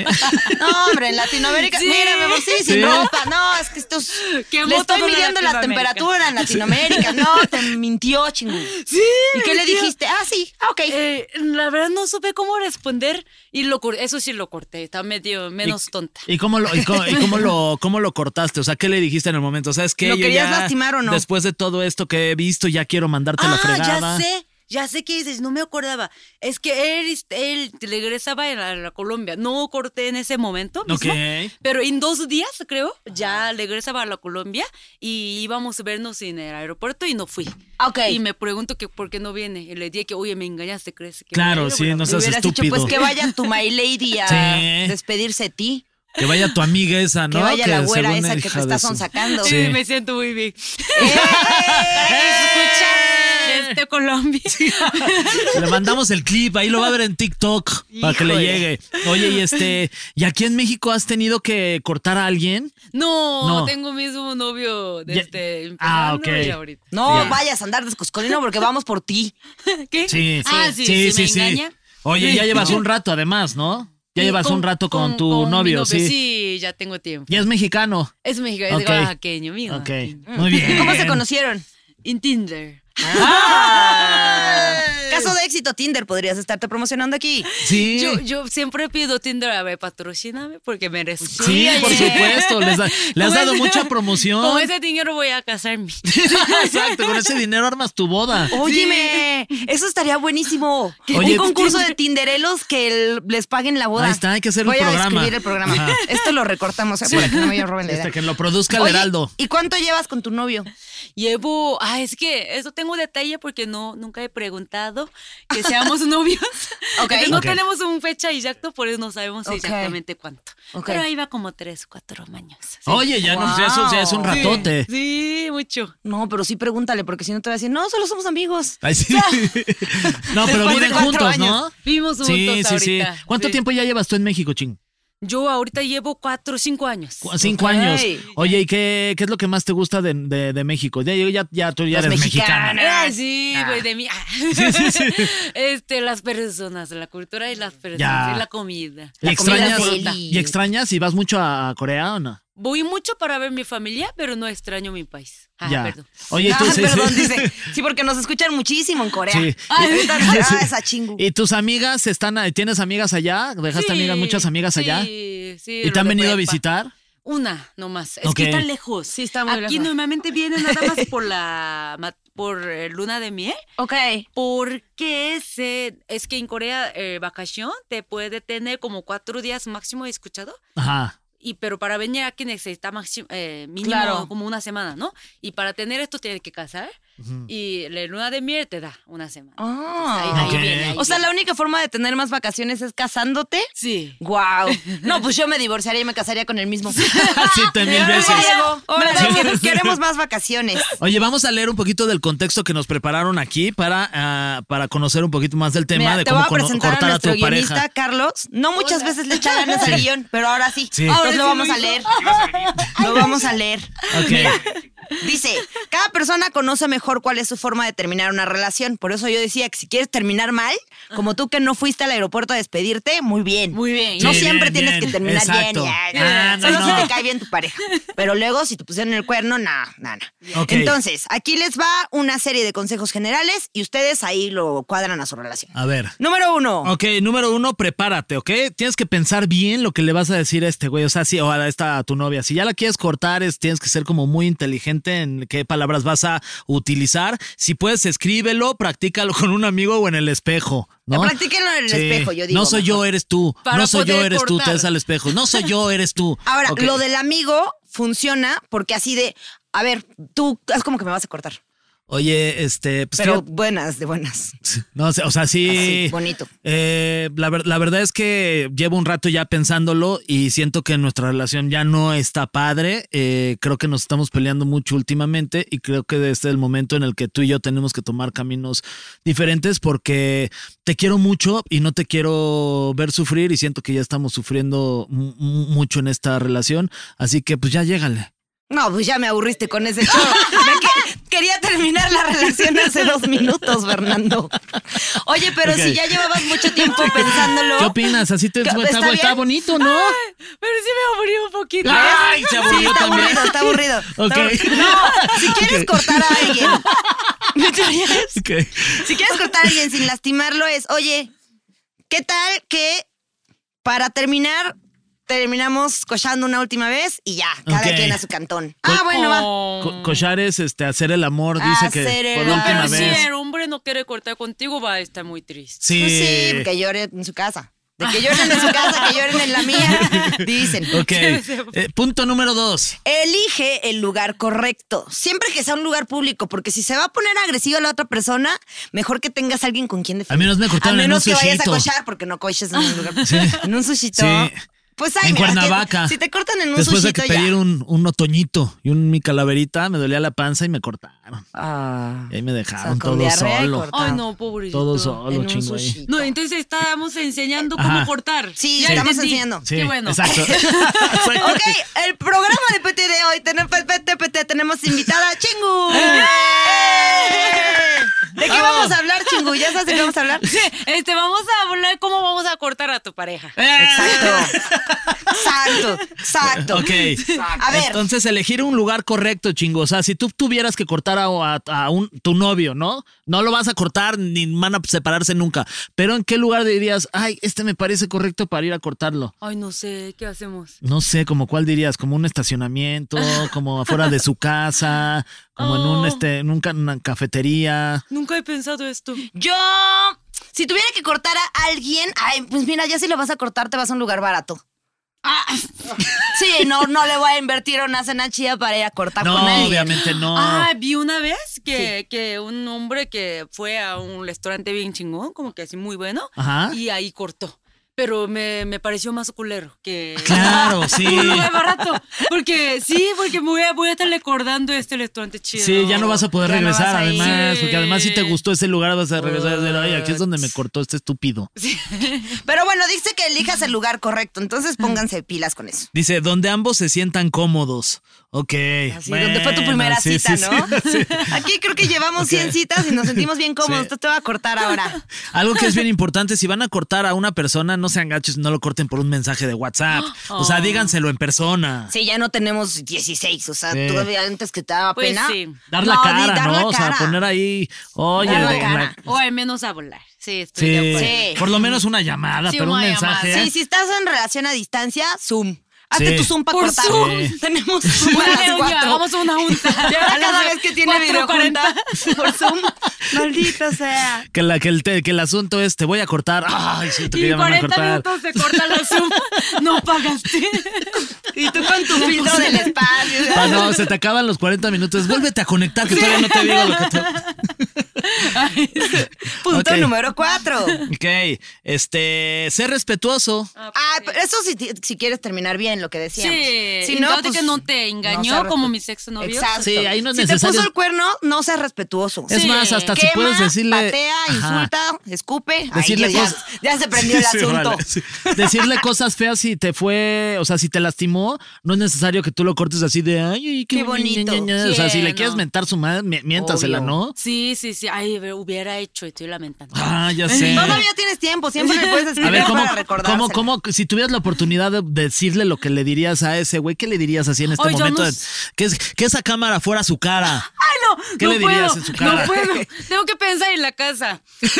Speaker 3: No, hombre, en Latinoamérica,
Speaker 4: Sí.
Speaker 3: mira, mi amor, sí, sin
Speaker 2: Sí.
Speaker 3: ropa. No, es que estos
Speaker 4: Qué
Speaker 3: le
Speaker 4: moto
Speaker 3: estoy
Speaker 4: de
Speaker 3: midiendo la
Speaker 4: Latinoamérica.
Speaker 3: temperatura en Latinoamérica. No, te mintió, chingú.
Speaker 4: Sí.
Speaker 3: ¿Y qué le
Speaker 4: mintió.
Speaker 3: dijiste? Ah, sí, ah, ok.
Speaker 4: Eh, la verdad no supe cómo responder y lo cor- eso sí lo corté, está medio menos tonta.
Speaker 2: ¿Y cómo lo, y cómo, y cómo lo, cómo lo cortaste? O sea, ¿qué le dijiste en el momento? ¿Sabes qué?
Speaker 3: ¿Lo
Speaker 2: Yo
Speaker 3: querías
Speaker 2: ya,
Speaker 3: lastimar o no?
Speaker 2: Después de todo esto que he visto, ya quiero mandarte la
Speaker 4: Ah,
Speaker 2: fregada.
Speaker 4: ya sé, ya sé que dices, no me acordaba. Es que él, él regresaba a la, a la Colombia, no corté en ese momento. mismo,
Speaker 2: Ok.
Speaker 4: Pero en dos días, creo, ya regresaba a la Colombia y íbamos a vernos en el aeropuerto y no fui.
Speaker 3: Ok.
Speaker 4: Y me pregunto que por qué no viene. Y le dije que, oye, me engañaste, ¿crees que
Speaker 2: Claro,
Speaker 4: voy a ir?
Speaker 2: sí, no
Speaker 3: Le
Speaker 2: seas
Speaker 3: hubieras dicho,
Speaker 2: estúpido.
Speaker 3: pues que vaya tu my lady a
Speaker 2: Sí.
Speaker 3: despedirse de ti.
Speaker 2: <laughs> Que vaya tu amiga esa, ¿no?
Speaker 3: Que vaya la güera
Speaker 2: según
Speaker 3: esa
Speaker 2: el
Speaker 3: que te
Speaker 2: hija de
Speaker 3: está
Speaker 2: su-
Speaker 3: sonsacando.
Speaker 4: pues, Sí,
Speaker 2: Sí.
Speaker 4: me siento muy bien.
Speaker 3: ¡Eh! Para que escuchen.
Speaker 4: Desde este Colombia.
Speaker 2: Le mandamos el clip, ahí lo va a ver en TikTok para que le
Speaker 3: Híjole.
Speaker 2: llegue. Oye, y este, ¿y aquí en México has tenido que cortar a alguien?
Speaker 4: <laughs> No,
Speaker 2: No.
Speaker 4: tengo mismo novio
Speaker 2: Ya-
Speaker 4: desde
Speaker 2: Ah,
Speaker 4: empezando
Speaker 2: ok.
Speaker 4: y ahorita.
Speaker 3: No
Speaker 2: Ya.
Speaker 3: vayas a andar de cuscolino porque vamos por ti.
Speaker 4: ¿Qué?
Speaker 2: Sí.
Speaker 4: Ah, sí, sí, me engaña.
Speaker 2: Oye, ya
Speaker 4: Sí.
Speaker 2: llevas un rato además, ¿no? Ya
Speaker 4: Sí,
Speaker 2: llevas un rato con, tu
Speaker 4: con mi
Speaker 2: novio, sí.
Speaker 4: Sí, ya tengo tiempo.
Speaker 2: Y es mexicano.
Speaker 4: Es mexicano,
Speaker 2: Ok.
Speaker 4: es oaxaqueño, mío.
Speaker 2: Ok, muy bien.
Speaker 3: ¿Cómo se conocieron?
Speaker 4: En Tinder. Eh.
Speaker 3: Caso de éxito Tinder, podrías estarte promocionando aquí.
Speaker 2: Sí.
Speaker 4: Yo, yo siempre pido Tinder a ver, patrocíname porque merezco.
Speaker 2: Sí, por supuesto, les
Speaker 4: <laughs>
Speaker 2: da- le has
Speaker 4: Con
Speaker 2: dado
Speaker 4: ese-
Speaker 2: mucha promoción.
Speaker 4: Con ese dinero voy a casarme.
Speaker 2: <laughs>
Speaker 4: <laughs>
Speaker 2: Exacto, con ese dinero armas tu boda.
Speaker 3: Óyeme, eso estaría buenísimo.
Speaker 2: Oye, pues,
Speaker 3: un concurso de tinderelos que el- les paguen la boda.
Speaker 2: Ahí está, hay que hacer el
Speaker 3: Voy
Speaker 2: programa.
Speaker 3: a escribir el programa.
Speaker 2: Ajá.
Speaker 3: Esto lo recortamos, ¿eh? Para que no me roben la idea.
Speaker 2: Hasta Este, que lo produzca el
Speaker 3: Oye,
Speaker 2: Heraldo.
Speaker 3: ¿Y cuánto llevas con tu novio?
Speaker 4: Llevo, ah, es que eso tengo detalle porque no nunca he preguntado que seamos <laughs> novios.
Speaker 3: <laughs> Ok.
Speaker 4: Entonces, no
Speaker 2: Ok.
Speaker 4: tenemos un fecha exacto, por eso no sabemos
Speaker 3: Ok.
Speaker 4: exactamente cuánto.
Speaker 3: Ok.
Speaker 4: Pero ahí va como tres, cuatro años. Sí.
Speaker 2: Oye, ya no, ya eso ya es un
Speaker 3: Wow.
Speaker 2: ratote.
Speaker 4: Sí, mucho.
Speaker 3: No, pero sí pregúntale, porque si no te va a decir, no, solo somos amigos.
Speaker 2: Ay, sí. <laughs> no, pero
Speaker 3: Después de
Speaker 2: viven
Speaker 3: cuatro
Speaker 2: juntos, ¿no?
Speaker 3: años.
Speaker 4: Vivimos
Speaker 2: Sí,
Speaker 4: juntos
Speaker 2: sí, sí.
Speaker 4: ahorita.
Speaker 2: ¿Cuánto
Speaker 4: Sí.
Speaker 2: tiempo ya llevas tú en México, Ching?
Speaker 4: Yo ahorita llevo cuatro, cinco años.
Speaker 2: Cu- Cinco
Speaker 3: Ok.
Speaker 2: años. Oye, ¿y qué, qué es lo que más te gusta de, de- de México? Ya, yo ya, ya tú ya
Speaker 3: Los
Speaker 2: eres mexicana.
Speaker 3: mexicanos.
Speaker 4: Ah, sí, güey,
Speaker 2: <laughs>
Speaker 4: de mí. Ah.
Speaker 2: Sí, sí, sí.
Speaker 4: Este, las personas, la cultura y las personas,
Speaker 2: Ya.
Speaker 4: y la comida.
Speaker 2: ¿Y
Speaker 3: La comida
Speaker 2: extrañas,
Speaker 3: feliz.
Speaker 2: ¿Y extrañas y vas mucho a Corea o no?
Speaker 4: Voy mucho para ver mi familia, pero no extraño mi país. Ah,
Speaker 2: ya.
Speaker 4: perdón.
Speaker 2: Oye, tú
Speaker 3: Ah,
Speaker 2: sí,
Speaker 3: perdón,
Speaker 2: sí. <laughs>
Speaker 3: dice. Sí, porque nos escuchan muchísimo en Corea.
Speaker 2: Sí.
Speaker 3: Ay, ahorita nos
Speaker 2: <laughs> Sí.
Speaker 3: llegaba ah, esa chingu.
Speaker 2: ¿Y tus amigas están, ah, tienes amigas allá? ¿Dejaste
Speaker 4: Sí,
Speaker 2: amigas, muchas amigas
Speaker 4: sí,
Speaker 2: allá?
Speaker 4: sí,
Speaker 2: ¿Y
Speaker 4: lo
Speaker 2: te han
Speaker 4: de
Speaker 2: venido a
Speaker 4: prepa.
Speaker 2: visitar?
Speaker 4: Una nomás. Es
Speaker 2: Ok.
Speaker 4: que está lejos.
Speaker 3: Sí, está muy
Speaker 4: Aquí
Speaker 3: lejos.
Speaker 4: normalmente vienen nada más
Speaker 2: <laughs>
Speaker 4: por la ma- por eh, luna de miel.
Speaker 3: Ok.
Speaker 4: Porque se, es que en Corea eh, vacación te puede tener como cuatro días máximo he escuchado.
Speaker 2: Ajá.
Speaker 4: Y pero para venir aquí necesita máximo, eh, mínimo
Speaker 3: Claro.
Speaker 4: como una semana, ¿no? Y para tener esto tienes que casar. Y la luna de miel te da una semana.
Speaker 3: Ah.
Speaker 4: Ahí- ahí
Speaker 2: Ok.
Speaker 4: viene, ahí
Speaker 3: O sea,
Speaker 4: viene.
Speaker 3: la única forma de tener más vacaciones es casándote.
Speaker 4: Sí.
Speaker 3: Wow. No, pues yo me divorciaría y me casaría con el mismo.
Speaker 2: Sí, te mil veces.
Speaker 3: Ahora
Speaker 2: Sí.
Speaker 3: queremos- queremos más vacaciones.
Speaker 2: Oye, vamos a leer un poquito del contexto que nos prepararon aquí para, ah, para conocer un poquito más del <laughs> tema
Speaker 3: Mira,
Speaker 2: de
Speaker 3: te
Speaker 2: cómo
Speaker 3: voy a
Speaker 2: cono-
Speaker 3: presentar a
Speaker 2: cortar a
Speaker 3: nuestro
Speaker 2: tu
Speaker 3: guionista,
Speaker 2: pareja.
Speaker 3: Carlos. No muchas
Speaker 4: Hola.
Speaker 3: veces le echa ganas al guión, pero ahora sí.
Speaker 2: Sí.
Speaker 3: Entonces
Speaker 2: Ahora
Speaker 3: lo vamos a leer. Lo vamos a leer.
Speaker 2: Ok.
Speaker 3: Dice, cada persona conoce mejor cuál es su forma de terminar una relación. Por eso yo decía que si quieres terminar mal, como tú que no fuiste al aeropuerto a despedirte, muy bien.
Speaker 4: Muy bien.
Speaker 3: No
Speaker 2: Sí,
Speaker 3: siempre
Speaker 2: bien,
Speaker 3: tienes
Speaker 2: bien.
Speaker 3: que terminar
Speaker 2: Exacto.
Speaker 3: bien. y,
Speaker 2: Ah,
Speaker 3: ah,
Speaker 2: no,
Speaker 3: Solo
Speaker 2: no.
Speaker 3: si te cae bien tu pareja. Pero luego, si te pusieron el cuerno, nada, nada.
Speaker 2: Ok.
Speaker 3: Entonces, aquí les va una serie de consejos generales y ustedes ahí lo cuadran a su relación.
Speaker 2: A ver.
Speaker 3: Número uno.
Speaker 2: Ok, número uno, prepárate, ¿ok? Tienes que pensar bien lo que le vas a decir a este güey, o sea, sí, o a esta a tu novia. Si ya la quieres cortar, es, tienes que ser como muy inteligente en qué palabras vas a utilizar. Si puedes, escríbelo, practícalo con un amigo o en el espejo, ¿no?
Speaker 3: Practíquenlo en el espejo, yo digo,
Speaker 2: No soy yo,
Speaker 3: mejor.
Speaker 2: eres tú.
Speaker 4: Para
Speaker 2: no soy yo,
Speaker 4: poder
Speaker 2: eres tú, te
Speaker 4: cortar.
Speaker 2: ves al espejo. No soy yo, eres tú.
Speaker 3: <laughs> Ahora,
Speaker 2: Ok.
Speaker 3: lo del amigo funciona porque así de, a ver, tú es como que me vas a cortar.
Speaker 2: Oye, este, pues,
Speaker 3: Pero
Speaker 2: fíjate- <laughs>
Speaker 3: buenas, de buenas.
Speaker 2: No sé, o sea, sí.
Speaker 3: Así, bonito.
Speaker 2: Eh, la, ver- la verdad es que llevo un rato ya pensándolo y siento que nuestra relación ya no está padre. Eh, creo que nos estamos peleando mucho últimamente y creo que este es el momento en el que tú y yo tenemos que tomar caminos diferentes porque te quiero mucho y no te quiero ver sufrir y siento que ya estamos sufriendo mu- mu- mucho en esta relación. Así que pues ya llégale.
Speaker 3: No, pues ya me aburriste con ese choro. Me que- quería terminar la relación hace dos minutos, Fernando. Oye, pero
Speaker 2: Ok.
Speaker 3: si ya llevabas mucho tiempo pensándolo.
Speaker 2: ¿Qué opinas? Así te
Speaker 3: ¿Qué-
Speaker 2: está,
Speaker 3: está bien?
Speaker 2: está bonito, ¿no?
Speaker 4: Pero sí me aburrió un poquito.
Speaker 2: Ay, se aburrió
Speaker 3: Sí, está
Speaker 2: también.
Speaker 3: aburrido, está aburrido. Está
Speaker 2: Ok.
Speaker 3: aburrido. No, si quieres
Speaker 2: Ok.
Speaker 3: cortar a
Speaker 2: <laughs>
Speaker 3: alguien. ¿Me entiendes?
Speaker 2: Ok.
Speaker 3: Si quieres cortar a alguien sin lastimarlo es, oye, ¿qué tal que para terminar terminamos cochando una última vez y ya, cada
Speaker 2: Ok. Pues,
Speaker 3: quien a su cantón? Ah, bueno, va.
Speaker 2: Co- cochar es este, hacer el amor, dice que
Speaker 3: Hacer
Speaker 2: por
Speaker 3: el
Speaker 2: última
Speaker 4: Pero
Speaker 3: amor.
Speaker 4: si
Speaker 2: vez.
Speaker 4: el hombre no quiere cortar contigo, va a estar muy triste.
Speaker 2: Sí.
Speaker 3: Pues sí, que llore en su casa. De que lloren en su casa, que lloren en la
Speaker 2: <laughs>
Speaker 3: mía, dicen. <laughs>
Speaker 2: Ok. Eh, punto número dos.
Speaker 3: Elige el lugar correcto, siempre que sea un lugar público, porque si se va a poner agresiva la otra persona, mejor que tengas a alguien con quien defender.
Speaker 2: A menos me cortaron
Speaker 3: A
Speaker 2: en
Speaker 3: menos
Speaker 2: un
Speaker 3: que vayas a
Speaker 2: sushito.
Speaker 3: cochar, porque no coches en un lugar. En un sushito.
Speaker 2: Sí.
Speaker 3: Pues ay,
Speaker 2: en
Speaker 3: mira, que-
Speaker 2: Cuernavaca.
Speaker 3: si te cortan en un
Speaker 2: Después
Speaker 3: sushito
Speaker 2: de que
Speaker 3: ya.
Speaker 2: pedir un, un otoñito y un mi calaverita, me dolía la panza y me cortaron.
Speaker 3: Ah.
Speaker 2: Y ahí me
Speaker 3: O
Speaker 2: dejaron
Speaker 3: sea, con
Speaker 2: todo
Speaker 3: diarrea y
Speaker 2: solo.
Speaker 3: cortado.
Speaker 4: Ay, no, pobrecito.
Speaker 2: Todo
Speaker 3: en
Speaker 2: solo,
Speaker 3: un
Speaker 2: Ah, chingo ahí.
Speaker 3: sushito.
Speaker 4: No, entonces estábamos enseñando
Speaker 2: Ajá.
Speaker 4: cómo cortar.
Speaker 3: Sí,
Speaker 4: Ya
Speaker 3: estamos
Speaker 4: entendí.
Speaker 3: enseñando.
Speaker 2: Sí,
Speaker 4: Qué
Speaker 3: <laughs>
Speaker 4: bueno.
Speaker 2: Exacto. <laughs>
Speaker 3: Ok, el programa de PT de hoy, tenemos, tenemos invitada a Chingu.
Speaker 2: ¡Eh!
Speaker 3: ¿De
Speaker 2: Ah.
Speaker 3: qué vamos a hablar, Chingu? ¿Ya sabes de qué vamos a hablar?
Speaker 4: <laughs> Este, vamos a hablar cómo vamos a cortar a tu pareja.
Speaker 3: Exacto. Exacto, exacto.
Speaker 2: Ok.
Speaker 3: A ver,
Speaker 2: Entonces, elegir un lugar correcto, chingo. O sea, si tú tuvieras que cortar a, a- a un, tu novio, ¿no? No lo vas a cortar ni van a separarse nunca. Pero ¿en qué lugar dirías, ay, este me parece correcto para ir a cortarlo?
Speaker 4: Ay, no sé, ¿qué hacemos?
Speaker 2: No sé, como cuál dirías, como un estacionamiento, como afuera de su casa, como en un
Speaker 4: Oh.
Speaker 2: este, nunca en una cafetería.
Speaker 4: Nunca he pensado esto.
Speaker 3: yo. Si tuviera que cortar a alguien, ay, pues mira, ya si lo vas a cortar, te vas a un lugar barato. Sí, no, no le voy a invertir una cena chida para ir a cortar
Speaker 2: No,
Speaker 3: Ah, con alguien.
Speaker 2: obviamente no.
Speaker 4: Ah, vi una vez que, que un hombre que fue a un restaurante bien chingón, como que así muy bueno,
Speaker 2: Ajá.
Speaker 4: y ahí cortó. Pero me, me pareció más culero que...
Speaker 3: <laughs>
Speaker 4: <laughs>
Speaker 2: Claro, sí.
Speaker 4: Un lugar barato. Porque sí, porque me voy a, voy a estar recordando este restaurante chido.
Speaker 2: Sí, ya no vas a poder
Speaker 3: Ya no vas
Speaker 2: regresar,
Speaker 3: a ir.
Speaker 2: además,
Speaker 4: Sí.
Speaker 2: porque además si te gustó ese lugar vas a regresar y decir, ay, aquí es donde me cortó este estúpido.
Speaker 3: Pero bueno, dice que elijas el lugar correcto, entonces pónganse pilas con eso.
Speaker 2: Dice, donde ambos se sientan cómodos. Ok.
Speaker 3: Así, donde fue tu primera
Speaker 2: bueno, sí,
Speaker 3: cita,
Speaker 2: sí,
Speaker 3: ¿no?
Speaker 2: sí, <laughs>
Speaker 3: <laughs>
Speaker 2: sí.
Speaker 3: Aquí creo que llevamos 100 citas y nos sentimos bien cómodos.
Speaker 2: Sí.
Speaker 3: Te- Te voy a cortar ahora.
Speaker 2: Algo que es bien importante, si van a cortar a una persona, no sean gachos, no lo corten por un mensaje de WhatsApp. O
Speaker 3: Oh.
Speaker 2: sea, díganselo en persona.
Speaker 3: Sí, ya no tenemos 16, o sea,
Speaker 2: Sí.
Speaker 3: todavía antes que te daba
Speaker 4: Pues
Speaker 3: pena.
Speaker 4: sí.
Speaker 2: Dar la
Speaker 3: No, ni
Speaker 2: cara,
Speaker 3: dar
Speaker 2: ¿no?
Speaker 3: la
Speaker 2: O sea,
Speaker 3: cara.
Speaker 2: poner ahí, oye,
Speaker 3: Dar la
Speaker 2: de-
Speaker 3: cara.
Speaker 4: O al menos a volar. Sí, estoy de acuerdo.
Speaker 2: Sí,
Speaker 3: Sí.
Speaker 2: por lo menos una llamada,
Speaker 4: Sí,
Speaker 2: pero un
Speaker 4: una
Speaker 2: mensaje.
Speaker 4: llamada.
Speaker 3: Sí, si estás en relación a distancia, Zoom. Hazte
Speaker 2: Sí.
Speaker 3: tu Zoom para
Speaker 4: Por
Speaker 3: cortar.
Speaker 4: Zoom.
Speaker 2: Sí.
Speaker 3: <laughs> Tenemos
Speaker 2: <laughs>
Speaker 3: Zoom a
Speaker 4: Una
Speaker 3: las
Speaker 4: reunión,
Speaker 3: cuatro.
Speaker 4: Vamos a una junta.
Speaker 3: De <laughs> verdad, cada vez que tiene videojunta
Speaker 4: 4:40.
Speaker 3: por Zoom, maldita sea.
Speaker 2: Que, la, que, el te- que el asunto es, te voy a cortar. Ay, siento que
Speaker 4: Y
Speaker 2: ya me van a
Speaker 4: 40
Speaker 2: cortar.
Speaker 4: minutos se corta la
Speaker 2: <laughs>
Speaker 4: Zoom. No pagaste.
Speaker 3: Y tú con tu filtro del espacio.
Speaker 2: <laughs> Ah, no, se te acaban los 40 minutos. Vuélvete a conectar, que todavía no te digo lo que te...
Speaker 3: Punto
Speaker 2: Ok.
Speaker 3: número cuatro.
Speaker 2: Ok, este, ser respetuoso.
Speaker 3: Ah, pero eso si, ti- si quieres terminar bien, lo que decíamos.
Speaker 4: Sí,
Speaker 3: Si
Speaker 4: y
Speaker 3: no,
Speaker 4: date
Speaker 3: pues,
Speaker 4: que no te engañó
Speaker 3: seas
Speaker 4: como
Speaker 3: respetu-
Speaker 4: mi sexo novio.
Speaker 3: Exacto.
Speaker 2: Sí, ahí no es
Speaker 3: si
Speaker 2: necesario-
Speaker 3: te puso el cuerno, no seas respetuoso.
Speaker 2: Es
Speaker 4: Sí.
Speaker 2: más, hasta si
Speaker 3: Quema,
Speaker 2: puedes decirle.
Speaker 3: patea,
Speaker 2: Ajá.
Speaker 3: insulta, escupe.
Speaker 2: Decirle
Speaker 3: Ahí ya,
Speaker 2: cosas-
Speaker 3: ya se prendió el
Speaker 2: <laughs> Sí, sí,
Speaker 3: asunto.
Speaker 2: vale, sí. Decirle cosas feas si te fue, o sea, si te lastimó, no es necesario que tú lo cortes así de, ay, ay, qué,
Speaker 3: Qué bonito.
Speaker 2: ña, ña, ña". O sea, si
Speaker 4: Sí,
Speaker 2: le
Speaker 4: no.
Speaker 2: quieres mentar su madre, mi- miéntasela,
Speaker 3: Obvio.
Speaker 2: ¿no?
Speaker 4: Sí, sí, sí. Ay, hubiera hecho, estoy lamentando.
Speaker 2: Ah, ya sé.
Speaker 3: Todavía tienes tiempo, siempre le puedes escribir
Speaker 2: <laughs> A ver, ¿cómo,
Speaker 3: para recordar.
Speaker 2: ¿cómo, cómo, si tuvieras la oportunidad de decirle lo que le dirías a ese güey, ¿qué le dirías así en este
Speaker 4: Ay, yo
Speaker 2: momento?
Speaker 4: no
Speaker 2: De- que, es- que esa cámara fuera su cara.
Speaker 4: Ay, no.
Speaker 2: ¿Qué
Speaker 4: no
Speaker 2: le dirías
Speaker 4: puedo,
Speaker 2: en su cara?
Speaker 4: No
Speaker 2: <laughs>
Speaker 4: puedo. Tengo que pensar en la casa. Sí,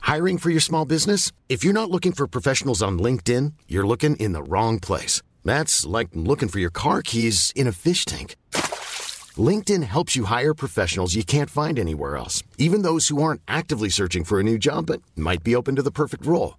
Speaker 5: Hiring for your small business? If you're not looking for professionals on LinkedIn, you're looking in the wrong place. That's like looking for your car keys in a fish tank. LinkedIn helps you hire professionals you can't find anywhere else, even those who aren't actively searching for a new job but might be open to the perfect role.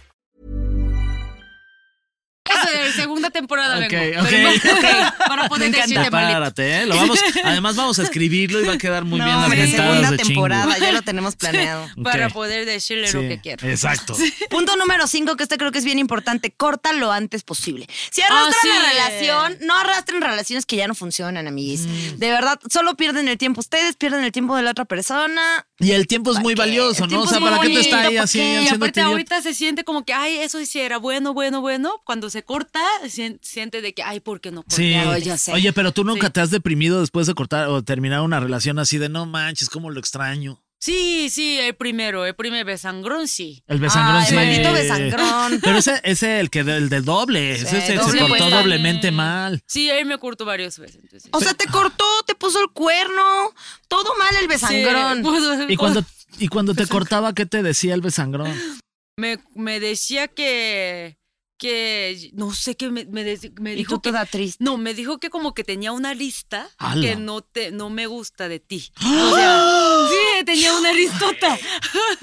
Speaker 4: Eso de segunda temporada
Speaker 2: Ok,
Speaker 4: vengo.
Speaker 2: ok.
Speaker 4: Pero- ok, Para
Speaker 3: Me
Speaker 4: poder
Speaker 3: encanta.
Speaker 4: decirte malito.
Speaker 2: Prepárate, ¿eh? Lo
Speaker 3: <laughs>
Speaker 2: vamos, además vamos a escribirlo y va a quedar muy bien
Speaker 3: No,
Speaker 2: las
Speaker 3: hombre,
Speaker 2: ventanas
Speaker 3: segunda
Speaker 2: de chingo.
Speaker 3: temporada, ya
Speaker 2: <laughs>
Speaker 3: lo tenemos planeado.
Speaker 2: Ok.
Speaker 4: Para poder decirle lo que quiero.
Speaker 2: Exacto.
Speaker 3: Punto número cinco, que este creo que es bien importante, corta lo antes posible. Si arrastran
Speaker 4: Ah, sí.
Speaker 3: la relación, no arrastren relaciones que ya no funcionan, amiguis.
Speaker 4: Mm.
Speaker 3: De verdad, solo pierden el tiempo ustedes, pierden el tiempo de la otra persona.
Speaker 2: Y el tiempo es muy
Speaker 3: qué?
Speaker 2: valioso,
Speaker 3: El
Speaker 2: ¿no? O
Speaker 3: tiempo
Speaker 2: sea,
Speaker 3: es muy
Speaker 2: ¿para qué te está
Speaker 3: bonito,
Speaker 2: ahí
Speaker 3: ¿por
Speaker 2: así
Speaker 3: qué?
Speaker 4: Y
Speaker 2: haciendo
Speaker 4: aparte ahorita se siente como que, ay, eso sí era bueno, bueno, bueno. Cuando se corta, sien- siente de que, ay, ¿por qué no corté?
Speaker 2: Sí.
Speaker 4: Ay,
Speaker 3: pues, ya sé.
Speaker 2: Oye, pero tú nunca
Speaker 4: Sí.
Speaker 2: te has deprimido después de cortar o terminar una relación así de no manches, cómo lo extraño.
Speaker 4: Sí, sí, el primero, el primer besangrón, sí.
Speaker 2: El besangrón
Speaker 3: Ay,
Speaker 2: sí.
Speaker 3: maldito besangrón.
Speaker 2: Pero ese es el que el del doble, ese se-
Speaker 3: doble pues
Speaker 2: se cortó
Speaker 3: cuesta.
Speaker 2: doblemente mal.
Speaker 4: Sí, él me cortó varias veces. entonces.
Speaker 3: O sea, te cortó, te puso el cuerno, todo mal el
Speaker 4: Sí, <laughs> Pues,
Speaker 3: besangrón.
Speaker 4: pudo-
Speaker 2: Y cuando y cuando te cortaba, ¿qué te decía el besangrón?
Speaker 4: me, me decía que que no sé qué me, me, dec- me
Speaker 3: Y
Speaker 4: dijo
Speaker 3: tú
Speaker 4: que,
Speaker 3: toda triste.
Speaker 4: no me dijo que como que tenía una lista
Speaker 2: ¡Hala!
Speaker 4: que no te no me gusta de ti o sea, sí tenía una listota <laughs>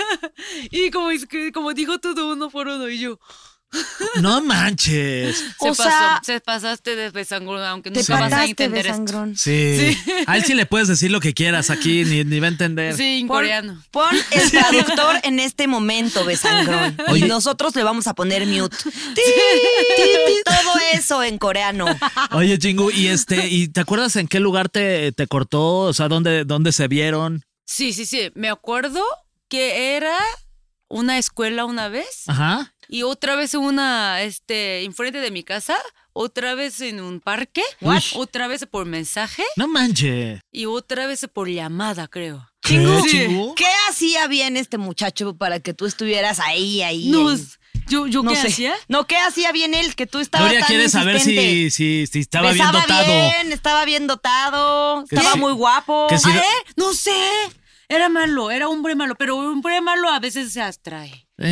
Speaker 4: y como es que- como dijo todo uno por uno y yo
Speaker 2: No manches.
Speaker 4: se
Speaker 3: O sea,
Speaker 4: pasó, se pasaste de besangrón aunque
Speaker 3: Te
Speaker 4: nunca vas a
Speaker 3: mataste,
Speaker 4: entender esto
Speaker 3: besangrón.
Speaker 2: Sí. A él sí le puedes decir lo que quieras aquí, ni, ni va a entender.
Speaker 4: sí en
Speaker 3: Pon-
Speaker 4: coreano
Speaker 3: Pon el traductor en este momento, Besangrón.
Speaker 2: Oye.
Speaker 3: Y nosotros le vamos a poner mute. Ti, ti, Todo eso en coreano.
Speaker 2: Oye, Chingu, y este, ¿y te acuerdas en qué lugar te, te cortó? O sea, ¿dónde, dónde se vieron?
Speaker 4: sí sí sí me acuerdo que era una escuela una vez
Speaker 2: Ajá.
Speaker 4: Y otra vez en una, este, enfrente de mi casa, otra vez en un parque,
Speaker 2: What?
Speaker 4: otra vez por mensaje
Speaker 2: No manches.
Speaker 4: y otra vez por llamada, creo.
Speaker 2: ¿Qué,
Speaker 4: Sí.
Speaker 2: Chingu?
Speaker 3: ¿Qué hacía bien este muchacho para que tú estuvieras ahí, ahí?
Speaker 4: No,
Speaker 3: ahí?
Speaker 4: yo, yo
Speaker 3: No
Speaker 4: qué
Speaker 3: sé.
Speaker 4: hacía?
Speaker 3: No, ¿qué hacía bien él? Que tú estabas
Speaker 2: Gloria
Speaker 3: tan
Speaker 2: quiere saber si,
Speaker 3: insistente.
Speaker 2: si, si estaba bien
Speaker 3: Besaba
Speaker 2: dotado.
Speaker 3: bien, estaba bien dotado,
Speaker 2: Que
Speaker 3: estaba
Speaker 2: sí.
Speaker 3: muy guapo. ¿Ah, eh?
Speaker 2: Que sí.
Speaker 4: ¿Eh? No sé. Era malo, era hombre malo, pero hombre malo a veces se atrae.
Speaker 2: Sí,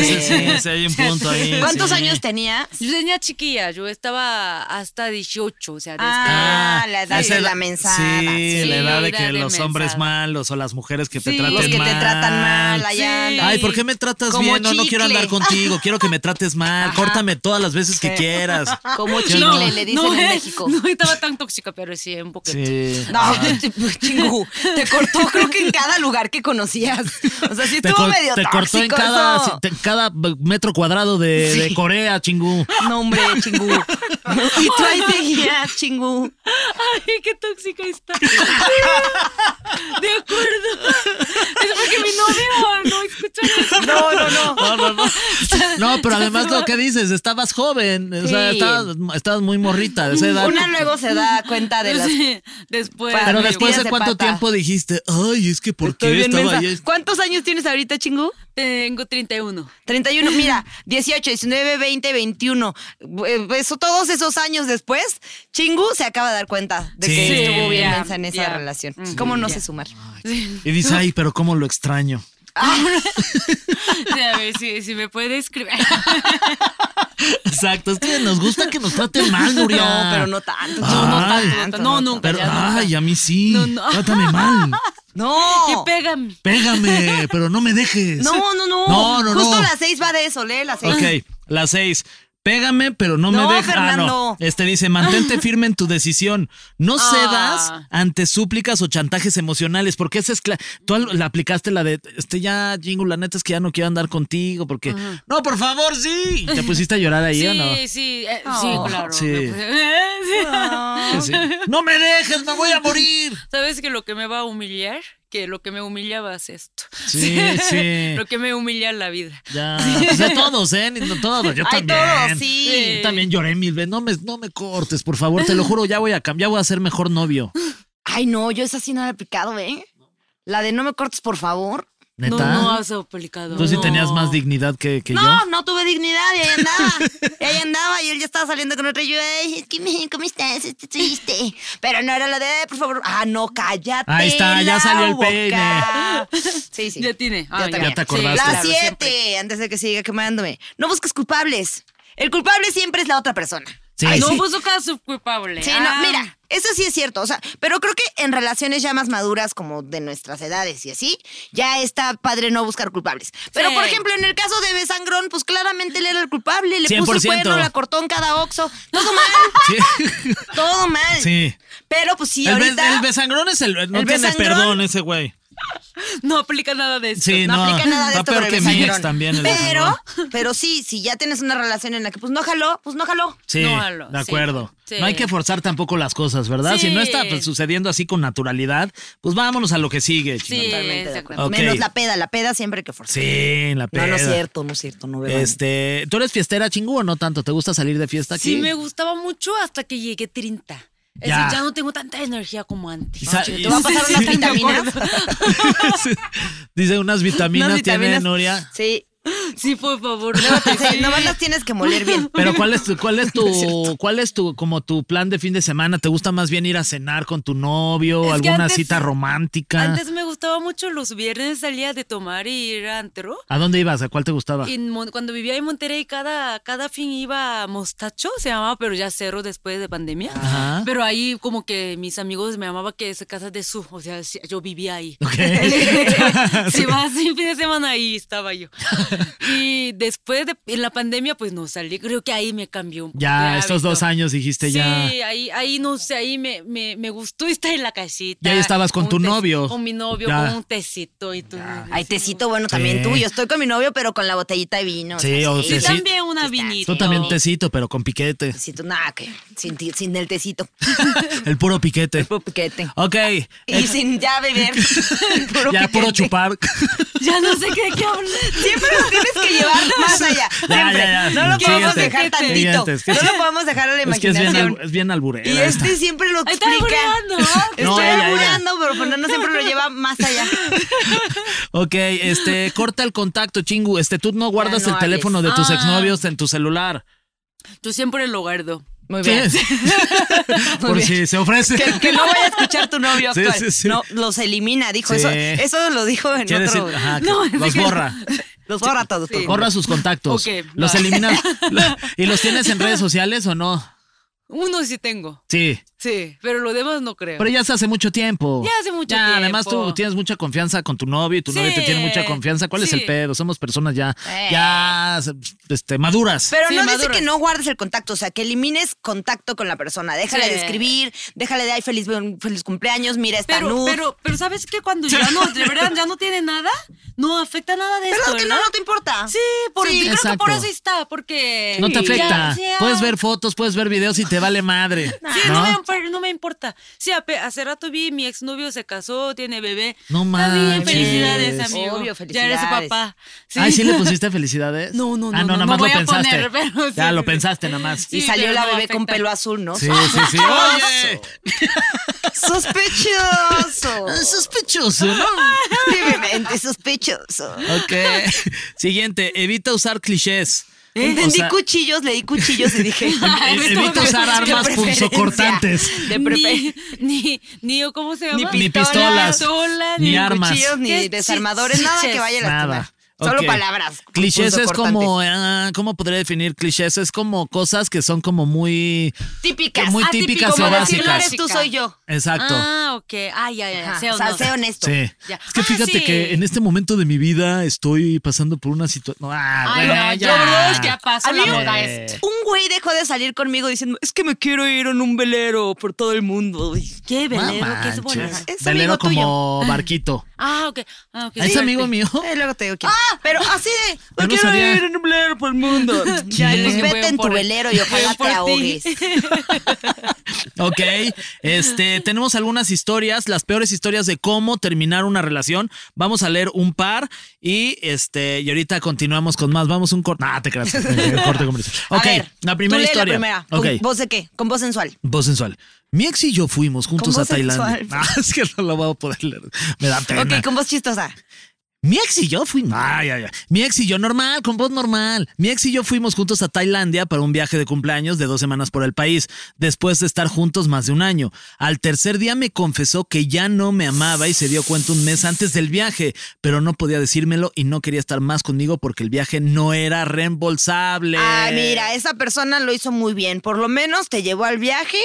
Speaker 2: sí, sí, sí, hay un punto ahí.
Speaker 3: <laughs> ¿Cuántos
Speaker 2: sí.
Speaker 3: años tenías?
Speaker 4: Yo tenía chiquilla, yo estaba hasta 18, o sea, este desde
Speaker 3: Ah, la edad
Speaker 2: esa
Speaker 3: de la
Speaker 2: edad-
Speaker 3: mensada.
Speaker 2: Sí,
Speaker 4: sí,
Speaker 2: la edad de
Speaker 4: la
Speaker 2: que
Speaker 4: edad de
Speaker 2: los hombres
Speaker 4: mensada.
Speaker 2: malos o las mujeres que te
Speaker 4: Sí,
Speaker 2: traten
Speaker 4: los
Speaker 2: mal.
Speaker 3: que te tratan mal, allá
Speaker 4: Sí.
Speaker 3: andan.
Speaker 2: Ay, ¿por qué me tratas
Speaker 3: Como
Speaker 2: bien? No, no quiero
Speaker 3: chicle.
Speaker 2: andar contigo, quiero que me trates
Speaker 3: <laughs>
Speaker 2: mal. Córtame todas las veces que quieras. <laughs>
Speaker 6: Como
Speaker 2: Yo
Speaker 6: chicle,
Speaker 2: no.
Speaker 6: le dicen en México.
Speaker 4: No Ah. estaba tan tóxica, pero sí, un poquito.
Speaker 2: Sí.
Speaker 3: No, <laughs> chingu, te cortó creo que en cada lugar que conocías. O sea, sí
Speaker 2: Te,
Speaker 3: estuvo
Speaker 2: cor-
Speaker 3: medio
Speaker 2: te cortó en
Speaker 3: tóxico
Speaker 2: cada,
Speaker 3: eso.
Speaker 2: si- te- cada metro cuadrado de, de Corea, chingú.
Speaker 3: No, hombre, chingú.
Speaker 4: <laughs>
Speaker 3: Y tú ahí seguías, chingú.
Speaker 4: Ay, qué tóxica está. Sí, De acuerdo. Es porque mi novio no escucha eso.
Speaker 3: No, no, no.
Speaker 2: No, no,
Speaker 3: <laughs>
Speaker 2: no. No, pero además lo que dices, estabas joven, o sea,
Speaker 4: Sí.
Speaker 2: estabas, estabas muy morrita de esa edad.
Speaker 3: Una luego se da cuenta de las.
Speaker 4: Sí, Después.
Speaker 3: Pero
Speaker 2: Pero
Speaker 3: Las
Speaker 2: después
Speaker 3: medidas
Speaker 2: de
Speaker 3: de
Speaker 2: cuánto
Speaker 3: pata.
Speaker 2: tiempo dijiste, ay, es que ¿por
Speaker 3: Estoy
Speaker 2: qué
Speaker 3: bien
Speaker 2: estaba
Speaker 3: mensa.
Speaker 2: ahí?
Speaker 3: ¿Cuántos años tienes ahorita, chingú?
Speaker 4: Tengo 31.
Speaker 3: 31, mira, 18, 19, 20, 21. Eh, Eso, todos esos años después, Chingu se acaba de dar cuenta de
Speaker 2: Sí.
Speaker 3: que
Speaker 2: Sí,
Speaker 3: estuvo bien
Speaker 4: ya,
Speaker 3: mensa en esa
Speaker 4: ya.
Speaker 3: relación. ¿Cómo no se sumar?
Speaker 2: Y dice, Mm, ay, pero cómo lo extraño.
Speaker 4: Sí, a ver si, si me
Speaker 3: <laughs>
Speaker 4: puede escribir. <laughs>
Speaker 2: Exacto, es que nos gusta que nos traten mal, Nuria.
Speaker 3: <laughs> No, pero no tanto.
Speaker 2: Ay,
Speaker 3: no, tanto.
Speaker 4: no,
Speaker 3: no.
Speaker 4: nunca.
Speaker 2: Pero,
Speaker 4: ya nunca.
Speaker 2: ay, a mí sí.
Speaker 4: No, no.
Speaker 2: Trátame
Speaker 3: <laughs>
Speaker 2: mal.
Speaker 3: No.
Speaker 4: Y pégame.
Speaker 2: Pégame, pero no me dejes.
Speaker 3: No, no, no.
Speaker 2: No, no,
Speaker 3: Justo
Speaker 2: no.
Speaker 3: las seis va de eso, lee las seis.
Speaker 2: Ok, la seis. Pégame, pero no,
Speaker 3: No,
Speaker 2: me dejes. Ah, no.
Speaker 3: Fernando.
Speaker 2: Este dice, mantente firme en tu decisión. No cedas
Speaker 4: Ah.
Speaker 2: ante súplicas o chantajes emocionales, porque esa es... cla- Tú al- la aplicaste la de, este ya, Jingo, la neta es que ya no quiero andar contigo, porque... No, por favor, sí. ¿Te pusiste a llorar ahí
Speaker 4: Sí,
Speaker 2: o no?
Speaker 4: sí, eh, sí,
Speaker 3: Oh.
Speaker 4: claro.
Speaker 2: Sí.
Speaker 4: Me puse- <laughs> Sí.
Speaker 3: Ah.
Speaker 2: Sí. No me dejes, me voy a morir.
Speaker 4: ¿Sabes que lo que me va a humillar? Que lo que me humillaba es esto. <laughs>
Speaker 2: Sí, sí.
Speaker 4: Lo que me humilla la vida.
Speaker 2: Ya, pues de todos, ¿eh? Ni- no Todos, yo
Speaker 3: Ay,
Speaker 2: también.
Speaker 3: todos, sí.
Speaker 2: Yo también lloré mil veces. No me, no me cortes, por favor, te lo juro, ya voy a cambiar, voy a ser mejor novio.
Speaker 3: Ay, no, yo esa sí no la he aplicado, ¿eh? La de no me cortes, por favor.
Speaker 2: ¿Neta?
Speaker 4: No, no has aplicado.
Speaker 2: Tú sí
Speaker 4: No.
Speaker 2: tenías más dignidad que, que
Speaker 3: No,
Speaker 2: yo.
Speaker 3: no tuve dignidad y ahí andaba. y ahí andaba y él ya estaba saliendo con otra. Y yo, ay, es que me- ¿cómo estás? Estoy triste. Pero no era la de, "Ay, por favor. Ah, no, cállate.
Speaker 2: Ahí está, ya
Speaker 3: la
Speaker 2: salió el
Speaker 3: boca.
Speaker 2: peine.
Speaker 3: Sí, sí.
Speaker 4: Ya tiene. Ah,
Speaker 3: Ya te
Speaker 2: Ya te acordaste.
Speaker 3: La
Speaker 4: claro,
Speaker 3: siete,
Speaker 4: siempre.
Speaker 3: antes de que siga quemándome. No busques culpables. El culpable siempre es la otra persona.
Speaker 2: Sí,
Speaker 4: Ay,
Speaker 2: sí.
Speaker 4: no
Speaker 3: pues,
Speaker 4: puso caso culpable.
Speaker 3: Sí,
Speaker 4: Ah.
Speaker 3: no, mira, eso sí es cierto, o sea, pero creo que en relaciones ya más maduras como de nuestras edades y así, ya está padre no buscar culpables. Pero
Speaker 4: Sí.
Speaker 3: por ejemplo, en el caso de Besangrón, pues claramente él era el culpable, le puso el
Speaker 2: 100%.
Speaker 3: cuerno, la cortó en cada oxo, todo mal, <laughs>
Speaker 2: Sí. <laughs>
Speaker 3: todo mal.
Speaker 2: Sí.
Speaker 3: Pero pues sí,
Speaker 2: El, be-
Speaker 3: ahorita
Speaker 2: el besangrón es el. No
Speaker 3: El
Speaker 2: tiene
Speaker 3: besangrón-
Speaker 2: perdón ese güey.
Speaker 4: No aplica nada de eso.
Speaker 2: Sí, no.
Speaker 3: no, aplica nada de
Speaker 2: está
Speaker 3: esto
Speaker 2: peor
Speaker 3: con el
Speaker 2: que mi ex
Speaker 3: Besangrón.
Speaker 2: también. el
Speaker 3: pero,
Speaker 2: besangrón.
Speaker 3: pero sí, si ya tienes una relación en la que pues no jaló, pues no jaló.
Speaker 2: Sí,
Speaker 4: No, Alo,
Speaker 2: de
Speaker 4: sí,
Speaker 2: acuerdo.
Speaker 4: sí.
Speaker 2: No hay que forzar tampoco las cosas, ¿verdad? Si no está
Speaker 4: Sí.
Speaker 2: pues, sucediendo así con naturalidad, pues vámonos a lo que sigue.
Speaker 4: Sí,
Speaker 2: Sí,
Speaker 3: Totalmente de
Speaker 4: se
Speaker 3: acuerdo.
Speaker 2: Ok.
Speaker 3: Menos la peda, la peda siempre hay que forzar.
Speaker 2: sí la
Speaker 3: No, no es
Speaker 2: peda.
Speaker 3: cierto, no es cierto, no veo.
Speaker 2: Este, ¿tú eres fiestera chingú o no tanto? ¿Te gusta salir de fiesta aquí?
Speaker 4: Sí, me gustaba mucho hasta que llegué 30. Es
Speaker 2: Ya.
Speaker 4: decir, ya no tengo tanta energía como antes.
Speaker 2: Y sa-
Speaker 3: ¿Te va a pasar
Speaker 2: Sí,
Speaker 3: unas
Speaker 2: sí, me
Speaker 3: vitaminas?
Speaker 2: acuerdo. <laughs> Sí. Dice unas vitaminas,
Speaker 3: <laughs> Unas
Speaker 2: tiene
Speaker 3: vitaminas.
Speaker 2: Nuria.
Speaker 3: Sí,
Speaker 4: <laughs> Sí, por favor.
Speaker 3: Luego te dicen, nomás las tienes que moler bien.
Speaker 2: Pero ¿cuál es tu, cuál es tu, cuál es tu, como tu plan de fin de semana? ¿Te gusta más bien ir a cenar con tu novio,
Speaker 4: Es que
Speaker 2: alguna
Speaker 4: antes-
Speaker 2: cita romántica?
Speaker 4: Antes me gustaba mucho los viernes salía de tomar y ir a antro.
Speaker 2: ¿A dónde ibas? ¿A cuál te gustaba?
Speaker 4: En Mon- cuando vivía en Monterrey, cada, cada fin iba a Mostacho, se llamaba, pero ya cerró después de pandemia.
Speaker 2: Ajá.
Speaker 4: Pero ahí como que mis amigos me llamaban que es casa de su, o sea, sí, yo
Speaker 2: <laughs>
Speaker 4: vivía ahí.
Speaker 2: Ok.
Speaker 4: <laughs> Se va así fin de semana ahí
Speaker 2: <laughs>
Speaker 4: estaba yo. Y después de en la pandemia, pues no salí. Creo que ahí me cambió. un poco
Speaker 2: Ya,
Speaker 4: de
Speaker 2: estos dos
Speaker 4: hábito.
Speaker 2: años dijiste
Speaker 4: Sí,
Speaker 2: Este, ya.
Speaker 4: ahí, ahí no sé, ahí me, me, me gustó estar en la casita.
Speaker 2: Ya estabas con
Speaker 4: un
Speaker 2: tu
Speaker 4: te-
Speaker 2: novio.
Speaker 4: Con mi novio,
Speaker 2: Ya.
Speaker 4: con un tecito y todo.
Speaker 3: Ay, tecito, bueno, también tú. Yo estoy con mi novio, pero con la botellita de vino.
Speaker 2: Sí, o
Speaker 4: Y
Speaker 2: tecito.
Speaker 4: también una vinita.
Speaker 2: Tú también tecito, pero con piquete.
Speaker 3: Tecito, nada, que sin, ti- sin el
Speaker 4: <laughs>
Speaker 3: tecito.
Speaker 2: El puro piquete.
Speaker 3: Puro piquete.
Speaker 2: Ok.
Speaker 3: Y sin
Speaker 2: <laughs>
Speaker 3: ya beber. Puro
Speaker 2: Ah, eh. ya, puro
Speaker 3: piquete.
Speaker 2: chupar.
Speaker 4: Ya no sé qué, qué hablar.
Speaker 3: Siempre lo tienes que llevar
Speaker 4: <laughs>
Speaker 3: más allá.
Speaker 2: Ya,
Speaker 3: Siempre.
Speaker 2: ya, ya.
Speaker 3: No lo podemos
Speaker 2: Siguiente.
Speaker 3: dejar tantito.
Speaker 2: Siguiente, es que
Speaker 3: no
Speaker 2: sí.
Speaker 3: lo podemos dejar a la
Speaker 2: Es que es bien,
Speaker 3: imaginación.
Speaker 2: al- es bien alburera
Speaker 3: y
Speaker 2: esta.
Speaker 3: este siempre lo
Speaker 4: Está
Speaker 3: explica.
Speaker 4: burlando.
Speaker 2: No,
Speaker 3: Estoy
Speaker 2: ella, ella.
Speaker 3: albureando, pero Fernando siempre lo lleva más allá.
Speaker 2: Ok, este, corta el contacto, chingu. Este, tú no guardas
Speaker 3: no
Speaker 2: el teléfono de
Speaker 4: hables.
Speaker 2: tus
Speaker 4: Ah.
Speaker 2: exnovios en tu celular.
Speaker 4: Yo siempre lo guardo.
Speaker 3: Muy
Speaker 4: <laughs>
Speaker 2: Sí. Por si se ofrece.
Speaker 3: Que, <laughs> que no vaya a escuchar tu novio
Speaker 2: Sí,
Speaker 3: actual.
Speaker 2: sí, sí.
Speaker 3: No, los elimina, dijo
Speaker 2: Sí.
Speaker 3: eso. Eso lo dijo
Speaker 2: <laughs>
Speaker 3: en
Speaker 2: Quiere
Speaker 3: otro.
Speaker 2: decir, ajá, que
Speaker 4: No, es
Speaker 2: los
Speaker 4: que-
Speaker 2: borra.
Speaker 3: <laughs> Los borra todos.
Speaker 4: Sí.
Speaker 3: todos.
Speaker 2: Corra sus contactos.
Speaker 4: Ok,
Speaker 2: los
Speaker 4: va.
Speaker 2: eliminas.
Speaker 4: <laughs>
Speaker 2: ¿Y los tienes en redes sociales o no?
Speaker 4: Uno sí tengo.
Speaker 2: Sí.
Speaker 4: Sí, pero lo demás no creo.
Speaker 2: Pero ya hace hace mucho tiempo.
Speaker 4: Ya hace mucho tiempo.
Speaker 2: Además, tú tienes mucha confianza con tu novio y tu
Speaker 4: Sí.
Speaker 2: novio te tiene mucha confianza. ¿Cuál es
Speaker 4: Sí. Eh.
Speaker 2: el pedo? Somos personas ya, ya este, maduras.
Speaker 3: Pero
Speaker 4: Sí,
Speaker 3: no dice
Speaker 4: maduras.
Speaker 3: que no guardes el contacto, o sea, que elimines contacto con la persona. Déjale
Speaker 4: Sí.
Speaker 3: de escribir, déjale de ay, feliz, feliz cumpleaños, mira esta
Speaker 4: pero,
Speaker 3: nude.
Speaker 4: pero, pero ¿sabes qué? Cuando ya no, de verdad, ya no tiene nada, no afecta nada de
Speaker 3: ¿Verdad
Speaker 4: esto,
Speaker 3: que no,
Speaker 4: ¿verdad?
Speaker 3: no te importa?
Speaker 4: Sí, por,
Speaker 3: Sí.
Speaker 4: creo que por
Speaker 2: Exacto.
Speaker 4: eso está, porque...
Speaker 2: no te
Speaker 4: Ya,
Speaker 2: afecta.
Speaker 4: sí, ah.
Speaker 2: Puedes ver fotos, puedes ver videos y te vale madre.
Speaker 4: <laughs> Sí, no, me, impor- no me importa. Sí, ape- hace rato vi, mi exnovio se casó, tiene bebé.
Speaker 2: No
Speaker 4: Está bien,
Speaker 2: manches.
Speaker 4: felicidades, amigo.
Speaker 3: Obvio,
Speaker 4: Ya
Speaker 3: felicidades.
Speaker 4: eres papá.
Speaker 2: Ay, sí le
Speaker 4: <laughs>
Speaker 2: pusiste felicidades.
Speaker 4: No, no,
Speaker 2: Ah, no,
Speaker 4: no, no,
Speaker 2: nada
Speaker 4: no
Speaker 2: más
Speaker 4: voy
Speaker 2: lo
Speaker 4: a
Speaker 2: pensaste.
Speaker 4: poner, pero
Speaker 2: ya
Speaker 4: sí,
Speaker 2: lo
Speaker 4: sí.
Speaker 2: pensaste nada más.
Speaker 3: Y
Speaker 4: Sí,
Speaker 3: salió
Speaker 4: pero
Speaker 3: la
Speaker 4: no
Speaker 3: bebé con
Speaker 4: afecta.
Speaker 3: pelo azul, ¿no?
Speaker 2: Sí, sí,
Speaker 4: <laughs>
Speaker 2: sí. Oye.
Speaker 3: <laughs> <laughs> Sospechoso.
Speaker 2: Sospechoso, ¿no?
Speaker 3: Levemente sospechoso.
Speaker 2: Ok. <laughs> Siguiente, evita usar clichés.
Speaker 4: Eh,
Speaker 3: Entendí
Speaker 2: O sea,
Speaker 3: cuchillos, leí cuchillos y dije.
Speaker 2: Ev-
Speaker 3: esto
Speaker 2: evita
Speaker 3: me-
Speaker 2: usar
Speaker 3: de
Speaker 2: armas
Speaker 3: preferencia.
Speaker 2: punzocortantes.
Speaker 3: De preferencia.
Speaker 4: Ni, ni, ni, ¿cómo se
Speaker 2: Ni,
Speaker 4: llama?
Speaker 2: ni pistolas,
Speaker 4: pistola,
Speaker 2: ni,
Speaker 4: ni
Speaker 2: armas.
Speaker 3: cuchillos ni
Speaker 4: ¿Qué
Speaker 3: desarmadores, nada que
Speaker 4: chiches?
Speaker 3: vaya a lastimar.
Speaker 2: Nada.
Speaker 3: Solo
Speaker 2: Ok.
Speaker 3: palabras.
Speaker 2: Clichés es
Speaker 3: punzocortantes.
Speaker 2: como, ah, ¿cómo podría definir clichés? Es como cosas que son como muy,
Speaker 3: típicas.
Speaker 2: muy típicas
Speaker 3: como
Speaker 2: o
Speaker 3: decir, no
Speaker 2: básicas.
Speaker 3: eres tú, soy yo.
Speaker 2: Exacto.
Speaker 4: Ah, ok. Ah, ya, ya, ya.
Speaker 3: Ajá,
Speaker 4: Sea
Speaker 3: o sea,
Speaker 4: honesto.
Speaker 3: sé honesto.
Speaker 2: Sí.
Speaker 4: Ya.
Speaker 2: Es que
Speaker 4: Ah,
Speaker 2: fíjate
Speaker 4: sí.
Speaker 2: que en este momento de mi vida estoy pasando por una situación. No, ah,
Speaker 4: Ay,
Speaker 2: güey, ya.
Speaker 4: no, yo, bro, es que ya pasó la
Speaker 3: Amigo,
Speaker 4: moda
Speaker 2: Eh.
Speaker 4: esto.
Speaker 3: Un güey dejó de salir conmigo diciendo, es que me quiero ir en un velero por todo el mundo. Y-
Speaker 4: ¿Qué
Speaker 2: No
Speaker 4: velero? ¿Qué es
Speaker 2: manches.
Speaker 4: bueno?
Speaker 3: Es
Speaker 2: Velero
Speaker 3: amigo
Speaker 2: como barquito.
Speaker 4: Ah, ok. Ah, ok.
Speaker 2: ¿Es
Speaker 4: Sí,
Speaker 2: amigo
Speaker 4: sí.
Speaker 2: mío?
Speaker 3: Eh, luego te digo quién. Pero así de,
Speaker 2: no
Speaker 3: me quiero
Speaker 2: sabía.
Speaker 3: ir en un velero por el mundo. <laughs> ya,
Speaker 2: ¿Quién?
Speaker 3: pues
Speaker 4: Voy
Speaker 3: vete en tu
Speaker 4: por-
Speaker 3: velero y ojalá
Speaker 4: voy por
Speaker 3: te
Speaker 4: ti.
Speaker 3: ahogues.
Speaker 2: Ok,
Speaker 3: <laughs>
Speaker 2: este, tenemos algunas historias, las peores historias de cómo terminar una relación. Vamos a leer un par y este, y ahorita continuamos con más. Vamos un corte. Ah, te
Speaker 3: <laughs>
Speaker 2: creas. eh, corte comercial. <laughs>
Speaker 3: A
Speaker 2: Ok,
Speaker 3: ver,
Speaker 2: la
Speaker 3: tú
Speaker 2: primera
Speaker 3: lee
Speaker 2: historia.
Speaker 3: La primera.
Speaker 2: Ok.
Speaker 3: ¿Con voz de qué? Con voz sensual.
Speaker 2: Voz sensual. Mi ex y yo fuimos juntos a
Speaker 3: Con voz
Speaker 2: Tailandia. <laughs>
Speaker 3: sensual.
Speaker 2: Ah, es que no lo voy a poder leer. Me da pena.
Speaker 3: Ok, con voz chistosa.
Speaker 2: Mi ex y yo fuimos. Ay, ay, ay. Mi ex y yo, normal, con voz normal. Mi ex y yo fuimos juntos a Tailandia para un viaje de cumpleaños de dos semanas por el país, después de estar juntos más de un año. Al tercer día me confesó que ya no me amaba y se dio cuenta un mes antes del viaje, pero no podía decírmelo y no quería estar más conmigo porque el viaje no era reembolsable.
Speaker 3: Ah, mira, esa persona lo hizo muy bien. Por lo menos te llevó al viaje,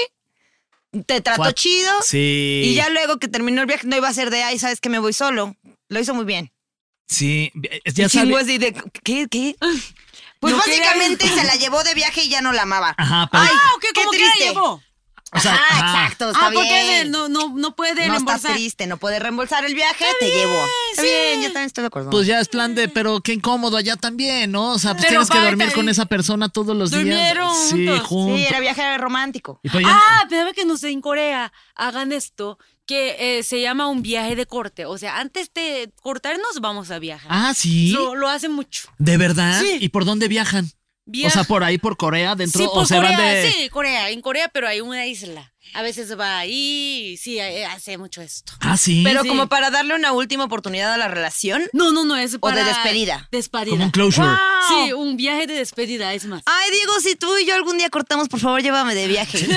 Speaker 3: te trató
Speaker 2: Cuat-
Speaker 3: chido.
Speaker 2: Sí.
Speaker 3: Y ya luego que terminó el viaje, no iba a ser de, ay, ¿sabes que me voy solo? Lo hizo muy bien.
Speaker 2: Sí. eh, Ya
Speaker 3: Y chingo
Speaker 2: sabes.
Speaker 3: así de, ¿qué? ¿Qué? Pues
Speaker 4: No
Speaker 3: básicamente se la llevó de viaje y ya no la amaba.
Speaker 2: Ajá, pero.
Speaker 3: Ay,
Speaker 4: Ah, ok.
Speaker 3: Qué
Speaker 4: ¿Cómo que la
Speaker 3: triste.
Speaker 4: llevó?
Speaker 2: o sea,
Speaker 3: ah,
Speaker 2: ajá.
Speaker 3: exacto, está
Speaker 4: Ah, porque
Speaker 3: bien.
Speaker 4: no, no, no puede
Speaker 3: no estás
Speaker 4: reembolsar.
Speaker 3: triste, no puedes reembolsar el viaje, te llevo. Está
Speaker 4: sí.
Speaker 3: bien, yo también estoy de acuerdo.
Speaker 2: Pues ya es plan de, pero qué incómodo allá también, ¿no? O sea, pues
Speaker 4: Pero
Speaker 2: tienes que
Speaker 4: aparte-
Speaker 2: dormir con esa persona todos los
Speaker 4: Durmieron
Speaker 2: días. Sí,
Speaker 4: juntos.
Speaker 2: juntos.
Speaker 3: sí, era viaje romántico.
Speaker 2: Y pues ya-
Speaker 4: Ah, pero que no sé, en Corea hagan esto que eh, se llama un viaje de corte. O sea, antes de cortarnos vamos a viajar.
Speaker 2: Ah, sí.
Speaker 4: Lo, lo hacen mucho.
Speaker 2: ¿De verdad?
Speaker 4: Sí.
Speaker 2: ¿Y por dónde viajan?
Speaker 4: Via-
Speaker 2: O sea, por ahí, por Corea, dentro,
Speaker 4: sí, por
Speaker 2: o se
Speaker 4: Corea,
Speaker 2: van de.
Speaker 4: sí, Corea, en Corea, pero hay una isla. A veces va ahí, sí, eh, hace mucho esto.
Speaker 2: Ah, sí.
Speaker 3: Pero
Speaker 4: Sí.
Speaker 3: como para darle una última oportunidad a la relación.
Speaker 4: No, no, no, es
Speaker 3: O de
Speaker 4: para
Speaker 3: despedida.
Speaker 4: Despedida.
Speaker 2: Como un closure.
Speaker 4: <laughs> Sí, un viaje de despedida, es más.
Speaker 3: Ay, Diego, si tú y yo algún día cortamos, por favor, llévame de <laughs> viaje.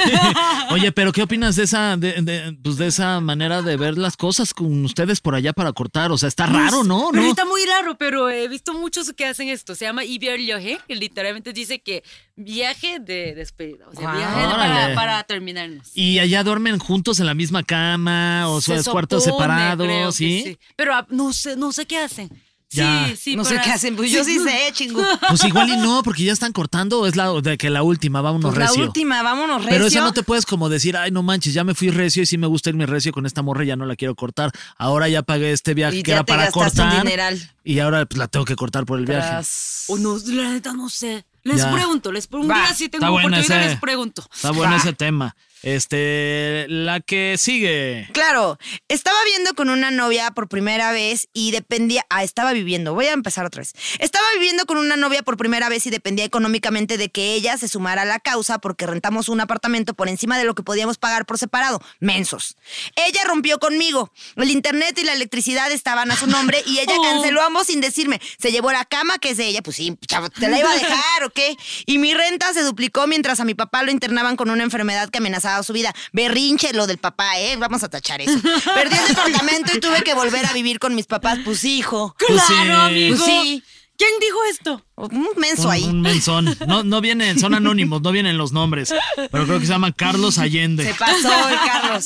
Speaker 2: Oye, pero ¿qué opinas de esa, de, de- pues de esa manera de ver las cosas con ustedes por allá para cortar? O sea, está
Speaker 4: Pues,
Speaker 2: raro, ¿no?
Speaker 4: Pero
Speaker 2: ¿No?
Speaker 4: está muy raro, pero he visto muchos que hacen esto. Se llama Iberlioje, que literalmente dice que viaje de despedida. O sea,
Speaker 3: Guau.
Speaker 4: viaje de-
Speaker 2: Órale.
Speaker 4: para, para terminarnos.
Speaker 2: Y allá duermen juntos en la misma cama, o sea,
Speaker 4: Se
Speaker 2: cuartos
Speaker 4: supone, creo que
Speaker 2: separados, ¿sí?
Speaker 4: Pero ah, no sé, no sé qué hacen.
Speaker 2: Ya.
Speaker 4: Sí, sí.
Speaker 3: no sé
Speaker 4: para-
Speaker 3: qué hacen, pues yo sí
Speaker 4: no-
Speaker 3: sé, chingo.
Speaker 2: Pues igual y no, porque ya están cortando, o es la de que la última, vámonos
Speaker 3: Pues la
Speaker 2: recio.
Speaker 3: última, vámonos, recio.
Speaker 2: Pero esa no te puedes como decir, ay, no manches, ya me fui recio y sí me gusta irme recio con esta morra, ya no la quiero cortar. Ahora ya pagué este viaje
Speaker 3: Y
Speaker 2: que
Speaker 3: ya
Speaker 2: era
Speaker 3: te
Speaker 2: para
Speaker 3: gastaste un
Speaker 2: cortar.
Speaker 3: dineral.
Speaker 2: Y ahora pues, la tengo que cortar por el viaje.
Speaker 4: O no, la neta no sé. Les
Speaker 2: Ya.
Speaker 4: pregunto, les pregunto.
Speaker 3: Va.
Speaker 4: Un día si tengo
Speaker 2: Está bueno
Speaker 4: oportunidad,
Speaker 2: ese.
Speaker 4: les pregunto.
Speaker 2: Está bueno ese tema. Este, la que sigue.
Speaker 3: Claro, estaba viendo con una novia por primera vez y dependía. Ah, estaba viviendo. Voy a empezar otra vez. Estaba viviendo con una novia por primera vez y dependía económicamente de que ella se sumara a la causa porque rentamos un apartamento por encima de lo que podíamos pagar por separado. Mensos. Ella rompió conmigo. El internet y la electricidad estaban a su nombre y ella
Speaker 4: Oh.
Speaker 3: canceló ambos sin decirme. Se llevó la cama que es de ella. Pues sí, chavo, te la iba a dejar o qué. Y mi renta se duplicó mientras a mi papá lo internaban con una enfermedad que amenazaba su vida. Berrinche lo del papá, ¿eh? Vamos a tachar eso. Perdí el departamento y tuve que volver a vivir con mis papás. Pues hijo.
Speaker 2: Pues
Speaker 4: Claro,
Speaker 2: sí.
Speaker 4: amigo.
Speaker 3: Pues sí.
Speaker 4: ¿Quién dijo esto?
Speaker 3: Un menso
Speaker 2: Un-
Speaker 3: ahí.
Speaker 2: Un menzón. No, no vienen, son anónimos, no vienen los nombres. Pero creo que se llama Carlos Allende. <laughs>
Speaker 3: Se pasó el Carlos.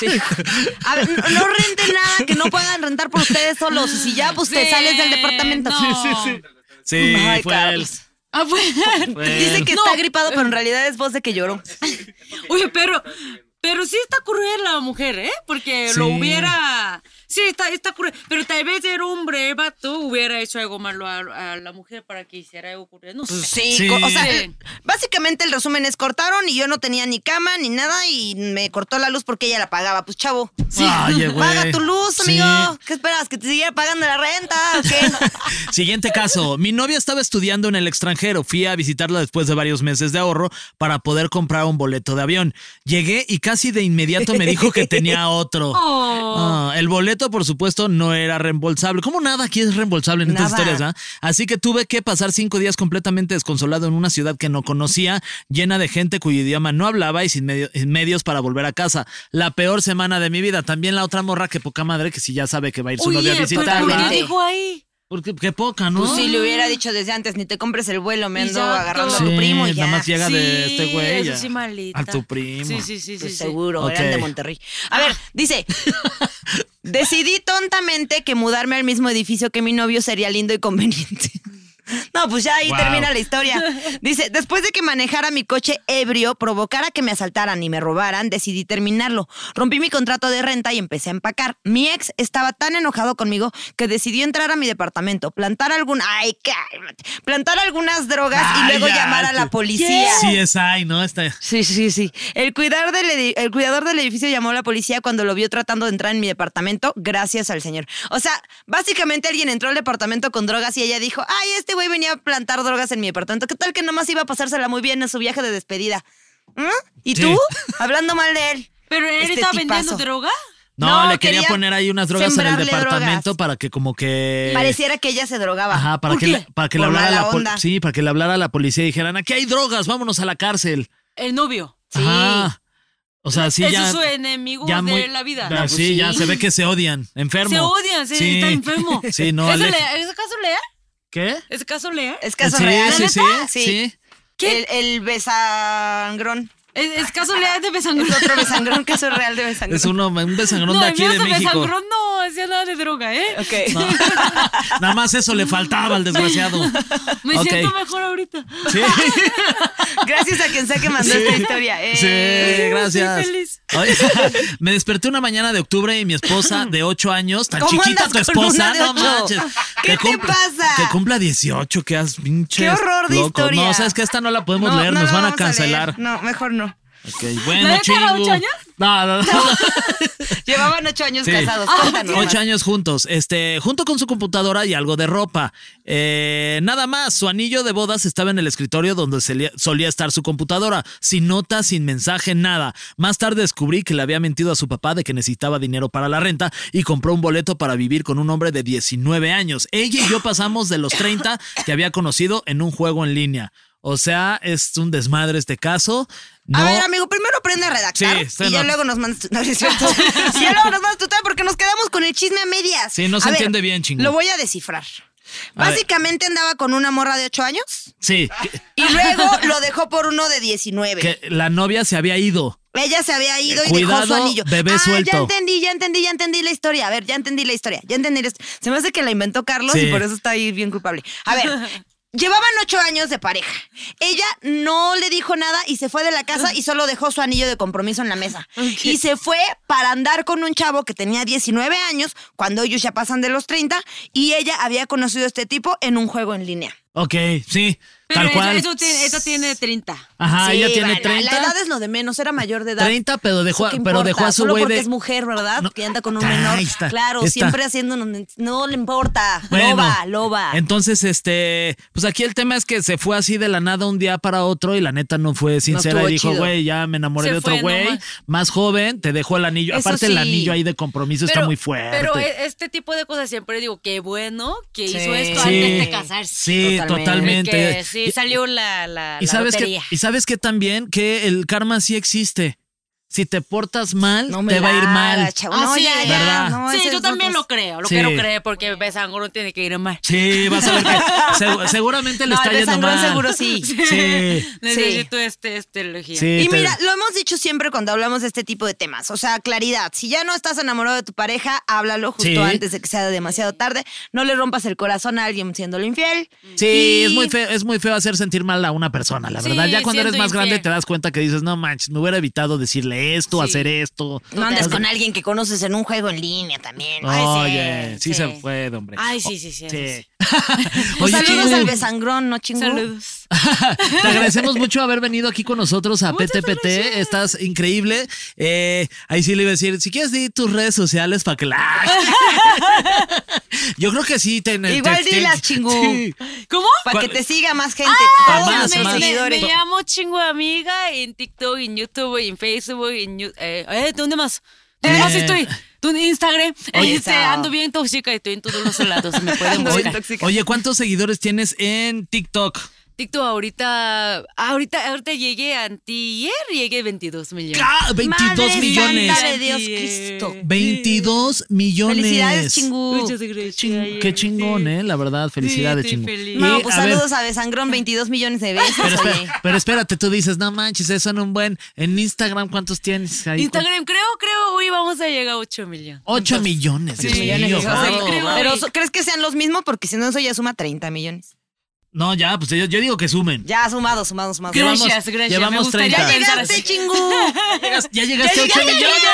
Speaker 3: Sí. A ver, no, no renten nada que no puedan rentar por ustedes solos. Y si ya, pues te
Speaker 4: Sí,
Speaker 3: sales del departamento.
Speaker 4: no. Sí, sí, sí.
Speaker 2: Sí,
Speaker 3: Ay,
Speaker 2: fue él.
Speaker 3: Carlos.
Speaker 4: Ah, bueno.
Speaker 2: Fue
Speaker 3: Dice
Speaker 2: él.
Speaker 3: que está gripado, pero en realidad es voz de que lloró.
Speaker 4: <laughs> Oye, pero, pero sí está cruel la mujer, ¿eh? Porque lo
Speaker 2: Sí.
Speaker 4: hubiera. Sí, está, está cruel. Pero tal vez el hombre, el vato, hubiera hecho algo malo a, a la mujer para que hiciera algo
Speaker 2: Pues,
Speaker 4: cruel. No sé.
Speaker 3: pues, Sí,
Speaker 2: Sí.
Speaker 3: co- o sea,
Speaker 4: Sí.
Speaker 3: básicamente el resumen es cortaron y yo no tenía ni cama ni nada y me cortó la luz porque ella la pagaba. Pues chavo,
Speaker 2: Oye, güey.
Speaker 3: <laughs> paga tu luz,
Speaker 2: Sí.
Speaker 3: amigo. ¿Qué esperas? ¿Que te siguiera pagando la renta
Speaker 2: <laughs>
Speaker 3: o qué?
Speaker 2: Siguiente caso. Mi novia estaba estudiando en el extranjero. Fui a visitarla después de varios meses de ahorro para poder comprar un boleto de avión. Llegué y casi de inmediato me dijo que tenía
Speaker 4: <laughs>
Speaker 2: otro.
Speaker 4: Oh.
Speaker 2: Ah, el boleto, por supuesto, no era reembolsable. ¿Cómo nada aquí es reembolsable en estas
Speaker 3: Nada.
Speaker 2: historias? ¿ah? Así que tuve que pasar cinco días completamente desconsolado en una ciudad que no conocía, llena de gente cuyo idioma no hablaba y sin medio- sin medios para volver a casa. La peor semana de mi vida. También la otra morra que poca madre que si ya sabe que va a ir su novia a
Speaker 4: Oye, pero
Speaker 2: visitarla.
Speaker 4: ¿por
Speaker 3: visitarla.
Speaker 4: qué dijo ahí?
Speaker 2: Porque qué poca, ¿no?
Speaker 3: Pues si le hubiera dicho desde antes, ni te compres el vuelo, me ando
Speaker 4: Exacto.
Speaker 3: agarrando a tu primo y ya.
Speaker 2: nada más llega de
Speaker 4: Sí,
Speaker 2: este güey.
Speaker 4: eso
Speaker 2: ya.
Speaker 4: sí, malita.
Speaker 2: A tu primo.
Speaker 4: Sí, sí, sí, sí.
Speaker 3: Pues
Speaker 4: sí.
Speaker 3: seguro,
Speaker 2: Ok.
Speaker 3: eran de Monterrey. A ver,
Speaker 2: <laughs>
Speaker 3: dice. Decidí tontamente que mudarme al mismo edificio que mi novio sería lindo y conveniente. <laughs> No, pues ya ahí
Speaker 2: Wow.
Speaker 3: termina la historia. Dice, después de que manejara mi coche ebrio, provocara que me asaltaran y me robaran, decidí terminarlo. Rompí mi contrato de renta y empecé a empacar. Mi ex estaba tan enojado conmigo que decidió entrar a mi departamento, plantar algún, ay, cálmate, plantar algunas drogas y
Speaker 2: Ay,
Speaker 3: luego
Speaker 2: ya,
Speaker 3: llamar a la
Speaker 2: te-
Speaker 3: policía.
Speaker 2: Sí, es ahí, ¿no? este, Está.
Speaker 3: Sí, sí, sí. El, cuidar del edi- el cuidador del edificio llamó a la policía cuando lo vio tratando de entrar en mi departamento, gracias al señor. O sea, básicamente alguien entró al departamento con drogas y ella dijo, ay, este güey venía a plantar drogas en mi departamento. ¿Qué tal que nomás iba a pasársela muy bien en su viaje de despedida? ¿Mm? ¿Y
Speaker 2: Sí.
Speaker 3: tú? Hablando mal de él.
Speaker 4: ¿Pero él
Speaker 3: Este
Speaker 4: estaba vendiendo
Speaker 3: tipazo.
Speaker 4: droga?
Speaker 2: No,
Speaker 3: No,
Speaker 2: le quería,
Speaker 3: quería
Speaker 2: poner ahí unas drogas en el
Speaker 3: sembrarle
Speaker 2: departamento
Speaker 3: drogas.
Speaker 2: para que como que.
Speaker 3: Pareciera que ella se drogaba.
Speaker 2: Ajá, para
Speaker 3: ¿Por
Speaker 2: que,
Speaker 3: qué?
Speaker 2: le- para que le
Speaker 3: Por
Speaker 2: hablara
Speaker 3: mala
Speaker 2: la pol-
Speaker 3: onda.
Speaker 2: Sí, para que le hablara a la policía y dijeran, aquí hay drogas, vámonos a la cárcel.
Speaker 4: El novio.
Speaker 2: Ajá. O sea, sí,
Speaker 4: Eso
Speaker 2: ya.
Speaker 4: es su enemigo
Speaker 2: ya
Speaker 4: de
Speaker 2: muy-
Speaker 4: la vida. pues
Speaker 2: Ya, sí, ya se ve que se odian. Enfermo.
Speaker 4: Se odian, se está enfermo.
Speaker 2: <laughs> Sí, no,
Speaker 4: ¿Ese,
Speaker 2: Alex.
Speaker 4: le- ¿Ese caso leal?
Speaker 2: ¿Qué?
Speaker 4: ¿Ese caso leal?
Speaker 3: Es caso
Speaker 2: sí,
Speaker 3: real.
Speaker 2: sí, sí,
Speaker 3: ¿Neta?
Speaker 2: sí.
Speaker 3: El, el besangrón.
Speaker 4: ¿Es, es caso leal de besangrón?
Speaker 3: Es <laughs> otro besangrón, caso real de besangrón.
Speaker 2: Es uno, un besangrón
Speaker 4: No,
Speaker 2: de
Speaker 4: el
Speaker 2: aquí
Speaker 4: mío
Speaker 2: de
Speaker 4: se
Speaker 2: México.
Speaker 4: besangrón no hacía nada de droga, ¿eh?
Speaker 3: Ok.
Speaker 2: No. Nada más eso le faltaba al desgraciado.
Speaker 3: <laughs>
Speaker 4: <laughs> Me
Speaker 2: Ok.
Speaker 4: siento mejor ahorita.
Speaker 2: Sí.
Speaker 3: Gracias a quien sea que mandó esta historia. Eh.
Speaker 2: Sí, gracias.
Speaker 4: Estoy feliz.
Speaker 3: <laughs>
Speaker 2: Oye, me desperté una mañana de octubre y mi esposa de 8 años, tan
Speaker 3: ¿Cómo
Speaker 2: chiquita
Speaker 3: andas
Speaker 2: tu
Speaker 3: con
Speaker 2: esposa,
Speaker 3: una de
Speaker 2: no
Speaker 3: ocho?
Speaker 2: manches.
Speaker 3: ¿Qué
Speaker 2: que
Speaker 3: te pasa?
Speaker 2: Que cumpla 18, que has pinche.
Speaker 3: Qué horror de historia.
Speaker 2: No, sabes que esta no la podemos leer,
Speaker 3: no
Speaker 2: nos
Speaker 3: la
Speaker 2: van a
Speaker 3: vamos leer.
Speaker 2: cancelar.
Speaker 3: no,
Speaker 2: <laughs>
Speaker 3: mejor no.
Speaker 2: Ok,
Speaker 4: ¿La
Speaker 2: bueno,
Speaker 4: neta era
Speaker 2: chingo.
Speaker 4: ocho años?
Speaker 2: No, no, no.
Speaker 3: <laughs> Llevaban ocho años
Speaker 2: Sí. Ah,
Speaker 3: casados. Cuéntanos.
Speaker 2: Ocho
Speaker 3: más.
Speaker 2: años juntos, este, junto con su computadora y algo de ropa. Eh, nada más, su anillo de bodas estaba en el escritorio donde se lia- solía estar su computadora, sin nota, sin mensaje, nada. Más tarde descubrí que le había mentido a su papá de que necesitaba dinero para la renta y compró un boleto para vivir con un hombre de 19 años. Ella y yo pasamos de los 30 que había conocido en un juego en línea. O sea, es un desmadre este caso. No,
Speaker 3: A ver, amigo, primero aprende a redactar
Speaker 2: Sí, sí,
Speaker 3: y ya
Speaker 2: no.
Speaker 3: luego nos mandas tu... <laughs> No, no
Speaker 2: <laughs>
Speaker 3: es cierto. y ya luego nos mandas tu tema porque nos quedamos con el chisme a medias.
Speaker 2: Sí, no se
Speaker 3: A ver,
Speaker 2: entiende bien, chingón.
Speaker 3: Lo voy a
Speaker 2: A
Speaker 3: descifrar.
Speaker 2: ver.
Speaker 3: Básicamente andaba con una morra de ocho años
Speaker 2: sí,
Speaker 3: y
Speaker 2: <laughs>
Speaker 3: luego lo dejó por uno de 19.
Speaker 2: que- que la novia se había ido.
Speaker 3: Ella se había ido y
Speaker 2: Eh, Cuidado,
Speaker 3: dejó su anillo.
Speaker 2: bebé
Speaker 3: ah,
Speaker 2: suelto.
Speaker 3: ya entendí, ya entendí, ya entendí la historia. A ver, ya entendí la historia, ya entendí la historia. Se me hace que la inventó Carlos
Speaker 2: Sí.
Speaker 3: y por eso está ahí bien culpable. A
Speaker 2: <laughs>
Speaker 3: ver, llevaban ocho años de pareja. Ella no le dijo nada y se fue de la casa y solo dejó su anillo de compromiso en la mesa. Y se fue para andar con un chavo que tenía 19 años, cuando ellos ya pasan de los 30, y ella había conocido a este tipo en un juego en línea.
Speaker 2: Ok, sí,
Speaker 4: Pero
Speaker 2: tal
Speaker 4: ella,
Speaker 2: cual.
Speaker 4: ella tiene, ella tiene 30.
Speaker 2: Ajá,
Speaker 3: Sí,
Speaker 2: ella Ah, tiene
Speaker 3: vale,
Speaker 2: 30.
Speaker 3: La edad es lo de menos, era mayor de edad.
Speaker 2: 30, pero dejó, a-
Speaker 3: ¿Qué
Speaker 2: pero
Speaker 3: importa?
Speaker 2: dejó a su
Speaker 3: Solo
Speaker 2: güey
Speaker 3: porque
Speaker 2: de.
Speaker 3: es mujer, ¿verdad?
Speaker 2: No.
Speaker 3: que anda con un
Speaker 2: Ahí
Speaker 3: menor.
Speaker 2: está,
Speaker 3: claro,
Speaker 2: está.
Speaker 3: siempre haciéndonos. No le importa.
Speaker 2: Bueno,
Speaker 3: loba, loba.
Speaker 2: Entonces, este, pues aquí el tema es que se fue así de la nada un día para otro y la neta no fue sincera
Speaker 3: estuvo
Speaker 2: y dijo,
Speaker 3: chido.
Speaker 2: güey, ya me enamoré
Speaker 4: Se
Speaker 2: de otro
Speaker 4: fue
Speaker 2: güey,
Speaker 4: nomás.
Speaker 2: más joven, te dejó el anillo.
Speaker 3: Eso
Speaker 2: Aparte el
Speaker 3: sí.
Speaker 2: anillo ahí de compromiso está muy fuerte.
Speaker 4: Pero e- este tipo de cosas siempre digo, qué bueno que
Speaker 3: Sí.
Speaker 4: hizo esto
Speaker 3: Sí.
Speaker 4: antes de casarse.
Speaker 2: Sí, totalmente.
Speaker 4: Porque sí,
Speaker 2: Y-
Speaker 4: salió la, la,
Speaker 2: y
Speaker 4: la
Speaker 2: sabes que
Speaker 4: lotería.
Speaker 2: y sabes que también que el karma sí existe. si te portas mal,
Speaker 3: No me
Speaker 2: te va a ir
Speaker 3: la
Speaker 2: mal.
Speaker 3: hagas, chavo. No,
Speaker 4: Así
Speaker 3: ya,
Speaker 4: es.
Speaker 3: ya.
Speaker 2: ¿Verdad?
Speaker 3: Ah, No,
Speaker 4: sí,
Speaker 3: esas
Speaker 4: yo también
Speaker 3: notas.
Speaker 4: lo creo. Lo
Speaker 2: Sí.
Speaker 4: quiero creer porque Besangro tiene que ir mal.
Speaker 2: Sí, vas
Speaker 3: <laughs>
Speaker 2: a ver que segu- seguramente le
Speaker 3: No,
Speaker 2: está
Speaker 3: el de
Speaker 2: yendo
Speaker 3: sangrón
Speaker 2: mal.
Speaker 3: seguro sí. <laughs>
Speaker 2: Sí.
Speaker 4: <laughs> Necesito este, este elogio.
Speaker 2: Sí,
Speaker 3: Y
Speaker 2: eh, te-
Speaker 3: mira, lo hemos dicho siempre cuando hablamos de este tipo de temas. O sea, claridad. Si ya no estás enamorado de tu pareja, háblalo justo
Speaker 2: Sí.
Speaker 3: antes de que sea demasiado tarde. No le rompas el corazón a alguien siéndolo infiel.
Speaker 2: Sí,
Speaker 3: Y-
Speaker 2: es muy feo, es muy feo hacer sentir mal a una persona, la
Speaker 4: Sí,
Speaker 2: verdad. ya cuando eres
Speaker 4: siendo
Speaker 2: más grande
Speaker 4: infiel.
Speaker 2: te das cuenta que dices, no manches, me hubiera evitado decirle esto, hacer esto.
Speaker 3: No andes con alguien que conoces en un juego en línea también.
Speaker 4: Ay, sí,
Speaker 2: Oye, sí,
Speaker 4: sí.
Speaker 2: se puede, hombre. Oh,
Speaker 4: Ay, sí, sí, sí,
Speaker 2: Sí.
Speaker 4: sí.
Speaker 2: <laughs> Oye,
Speaker 3: Saludos
Speaker 2: Chingu,
Speaker 3: al besangrón, no chingón.
Speaker 4: Saludos.
Speaker 2: <laughs> te agradecemos mucho haber venido aquí con nosotros a PTPT. Estás increíble. Eh, ahí sí le iba a decir, si quieres di tus redes sociales para que la. <laughs> Yo creo que sí. Te, te-
Speaker 3: Igual
Speaker 2: te-
Speaker 3: dilas, Chingu.
Speaker 2: Sí.
Speaker 4: ¿Cómo?
Speaker 3: Para que
Speaker 2: ¿Cuál?
Speaker 3: te siga más gente,
Speaker 2: Ah,
Speaker 3: todos
Speaker 2: más,
Speaker 3: nuestros
Speaker 2: más.
Speaker 4: me, me-
Speaker 3: seguidores.
Speaker 4: me llamo chingo amiga en TikTok, en YouTube, en Facebook, en Yu- eh, eh, ¿dónde más? ¿Dónde
Speaker 2: Eh.
Speaker 4: más estoy? ¿Tú en Instagram?
Speaker 3: Oye,
Speaker 4: Este,
Speaker 3: Sao.
Speaker 4: ando bien tóxica y estoy en todos los lados. Me pueden
Speaker 3: Ando bien
Speaker 4: buscar.
Speaker 3: tóxica.
Speaker 2: Oye, ¿cuántos seguidores tienes en TikTok?
Speaker 4: TikTok ahorita, ahorita, ahorita llegué antier, llegué a 22 millones.
Speaker 2: ¡Ca- 22
Speaker 3: Madre
Speaker 2: millones.
Speaker 3: santa de Dios Cristo.
Speaker 2: 22 millones.
Speaker 3: Felicidades, Chingu.
Speaker 4: Muchas gracias.
Speaker 2: Ching- qué chingón, ¿eh? La verdad, felicidades,
Speaker 4: estoy
Speaker 2: Chingu.
Speaker 4: feliz.
Speaker 2: Y,
Speaker 3: No, pues
Speaker 2: a ver,
Speaker 3: saludos a Besangrón 22 millones de veces.
Speaker 2: pero, espera-
Speaker 3: oye.
Speaker 2: pero espérate, tú dices, no manches, eso en un buen. En Instagram, ¿cuántos tienes ahí?
Speaker 4: Instagram, creo, creo, hoy vamos a llegar a 8 millones.
Speaker 2: 8 millones. Dios
Speaker 3: millones
Speaker 2: mío,
Speaker 3: de
Speaker 4: wow.
Speaker 3: veces.
Speaker 4: creo.
Speaker 3: Pero so- ¿crees que sean los mismos? Porque si no, eso ya suma 30 millones.
Speaker 2: No, ya, pues yo, yo digo que sumen.
Speaker 3: Ya, sumado, sumado, sumado.
Speaker 2: Llevamos-
Speaker 4: Gracias, gracias,
Speaker 2: Llevamos
Speaker 4: me gustaría
Speaker 3: ¡Ya
Speaker 2: 30.
Speaker 4: llegar.
Speaker 3: llegaste, chingú!
Speaker 2: <laughs> Ya llegaste a 8 millones.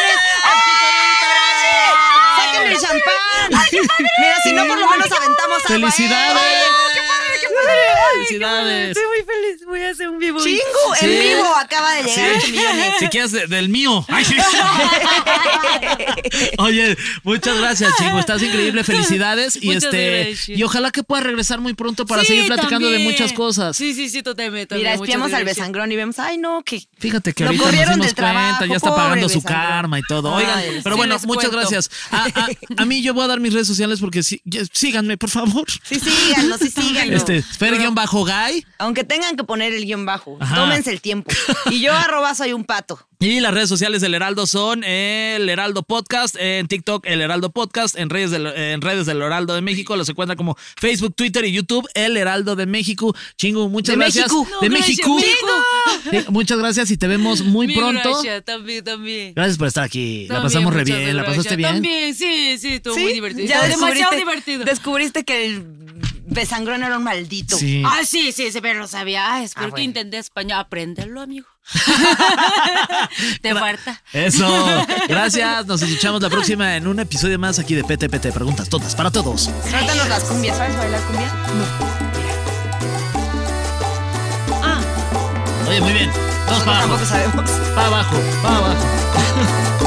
Speaker 3: ¡Sáquenle el champán! Mira, si no, por lo menos aventamos agua. ¿eh?
Speaker 2: ¡Felicidades!
Speaker 3: ¡Qué padre, qué padre!
Speaker 2: ¡Felicidades!
Speaker 4: Estoy muy feliz, voy a hacer un vivo.
Speaker 3: ¡Chingu!
Speaker 2: Sí.
Speaker 3: En vivo acaba de llegar
Speaker 2: Sí.
Speaker 3: 8 millones.
Speaker 2: Si quieres, de- del mío. Ay,
Speaker 3: <laughs>
Speaker 2: sí. Oye, muchas gracias, Chingo. Estás increíble. Felicidades. Y
Speaker 4: Muchas
Speaker 2: este
Speaker 4: gracias.
Speaker 2: y ojalá que puedas regresar muy pronto para
Speaker 4: Sí,
Speaker 2: seguir platicando de
Speaker 4: también.
Speaker 2: muchas cosas.
Speaker 4: Sí, sí, sí, totalmente.
Speaker 3: Mira,
Speaker 4: también,
Speaker 3: espiamos
Speaker 4: muchas
Speaker 3: al
Speaker 4: gracias.
Speaker 3: besangrón y vemos, ay no, que
Speaker 2: Fíjate que
Speaker 3: Lo
Speaker 2: ahorita nos
Speaker 3: corrieron
Speaker 2: dimos
Speaker 3: del
Speaker 2: cuenta,
Speaker 3: trabajo,
Speaker 2: ya está
Speaker 3: pobre
Speaker 2: pagando su
Speaker 3: Lisandro.
Speaker 2: karma y todo.
Speaker 3: Ay,
Speaker 2: Oigan,
Speaker 3: sí
Speaker 2: pero bueno,
Speaker 4: les
Speaker 2: muchas
Speaker 4: cuento.
Speaker 2: gracias. A, a- a mí yo voy a dar mis redes sociales porque sí- ya- síganme, por favor.
Speaker 3: sí, síganlo, sí, síganlo.
Speaker 2: Este, Fer-Guy
Speaker 3: Aunque tengan que poner el guión bajo,
Speaker 2: Ajá.
Speaker 3: tómense el tiempo. Y yo arroba soy un pato.
Speaker 2: y las redes sociales del Heraldo son el Heraldo Podcast, en TikTok el Heraldo Podcast, en redes del, en redes del Heraldo de México los encuentra como Facebook, Twitter y YouTube, el Heraldo de México. Chingo, muchas
Speaker 3: De
Speaker 2: gracias.
Speaker 3: México.
Speaker 2: de
Speaker 4: No,
Speaker 2: México.
Speaker 4: gracias,
Speaker 2: Sí, muchas gracias y te vemos muy
Speaker 4: Mil
Speaker 2: pronto.
Speaker 4: Gracias, también, también.
Speaker 2: Gracias por estar aquí. la
Speaker 4: También,
Speaker 2: pasamos re
Speaker 4: muchas
Speaker 2: bien, la
Speaker 4: gracias.
Speaker 2: pasaste bien.
Speaker 4: También, sí, sí, estuvo muy divertido.
Speaker 3: Ya
Speaker 4: Estuvo demasiado
Speaker 3: descubriste,
Speaker 4: divertido.
Speaker 3: Descubriste que el besangrón era un maldito.
Speaker 2: Sí.
Speaker 4: Ah, sí, sí, sí, pero lo sabía. Ah, espero
Speaker 3: Ah,
Speaker 4: que
Speaker 3: bueno.
Speaker 4: entendés español. Apréndelo,
Speaker 2: <laughs>
Speaker 4: amigo. Te falta.
Speaker 2: Eso. Gracias. Nos escuchamos la próxima en un episodio más aquí de PTPT. Preguntas todas para todos.
Speaker 3: Suéltanos las cumbias, ¿sabes bailar cumbia?
Speaker 2: Oye, muy bien. Vamos
Speaker 3: Nosotros
Speaker 2: para abajo.
Speaker 3: tampoco sabemos.
Speaker 2: Para abajo. Para abajo.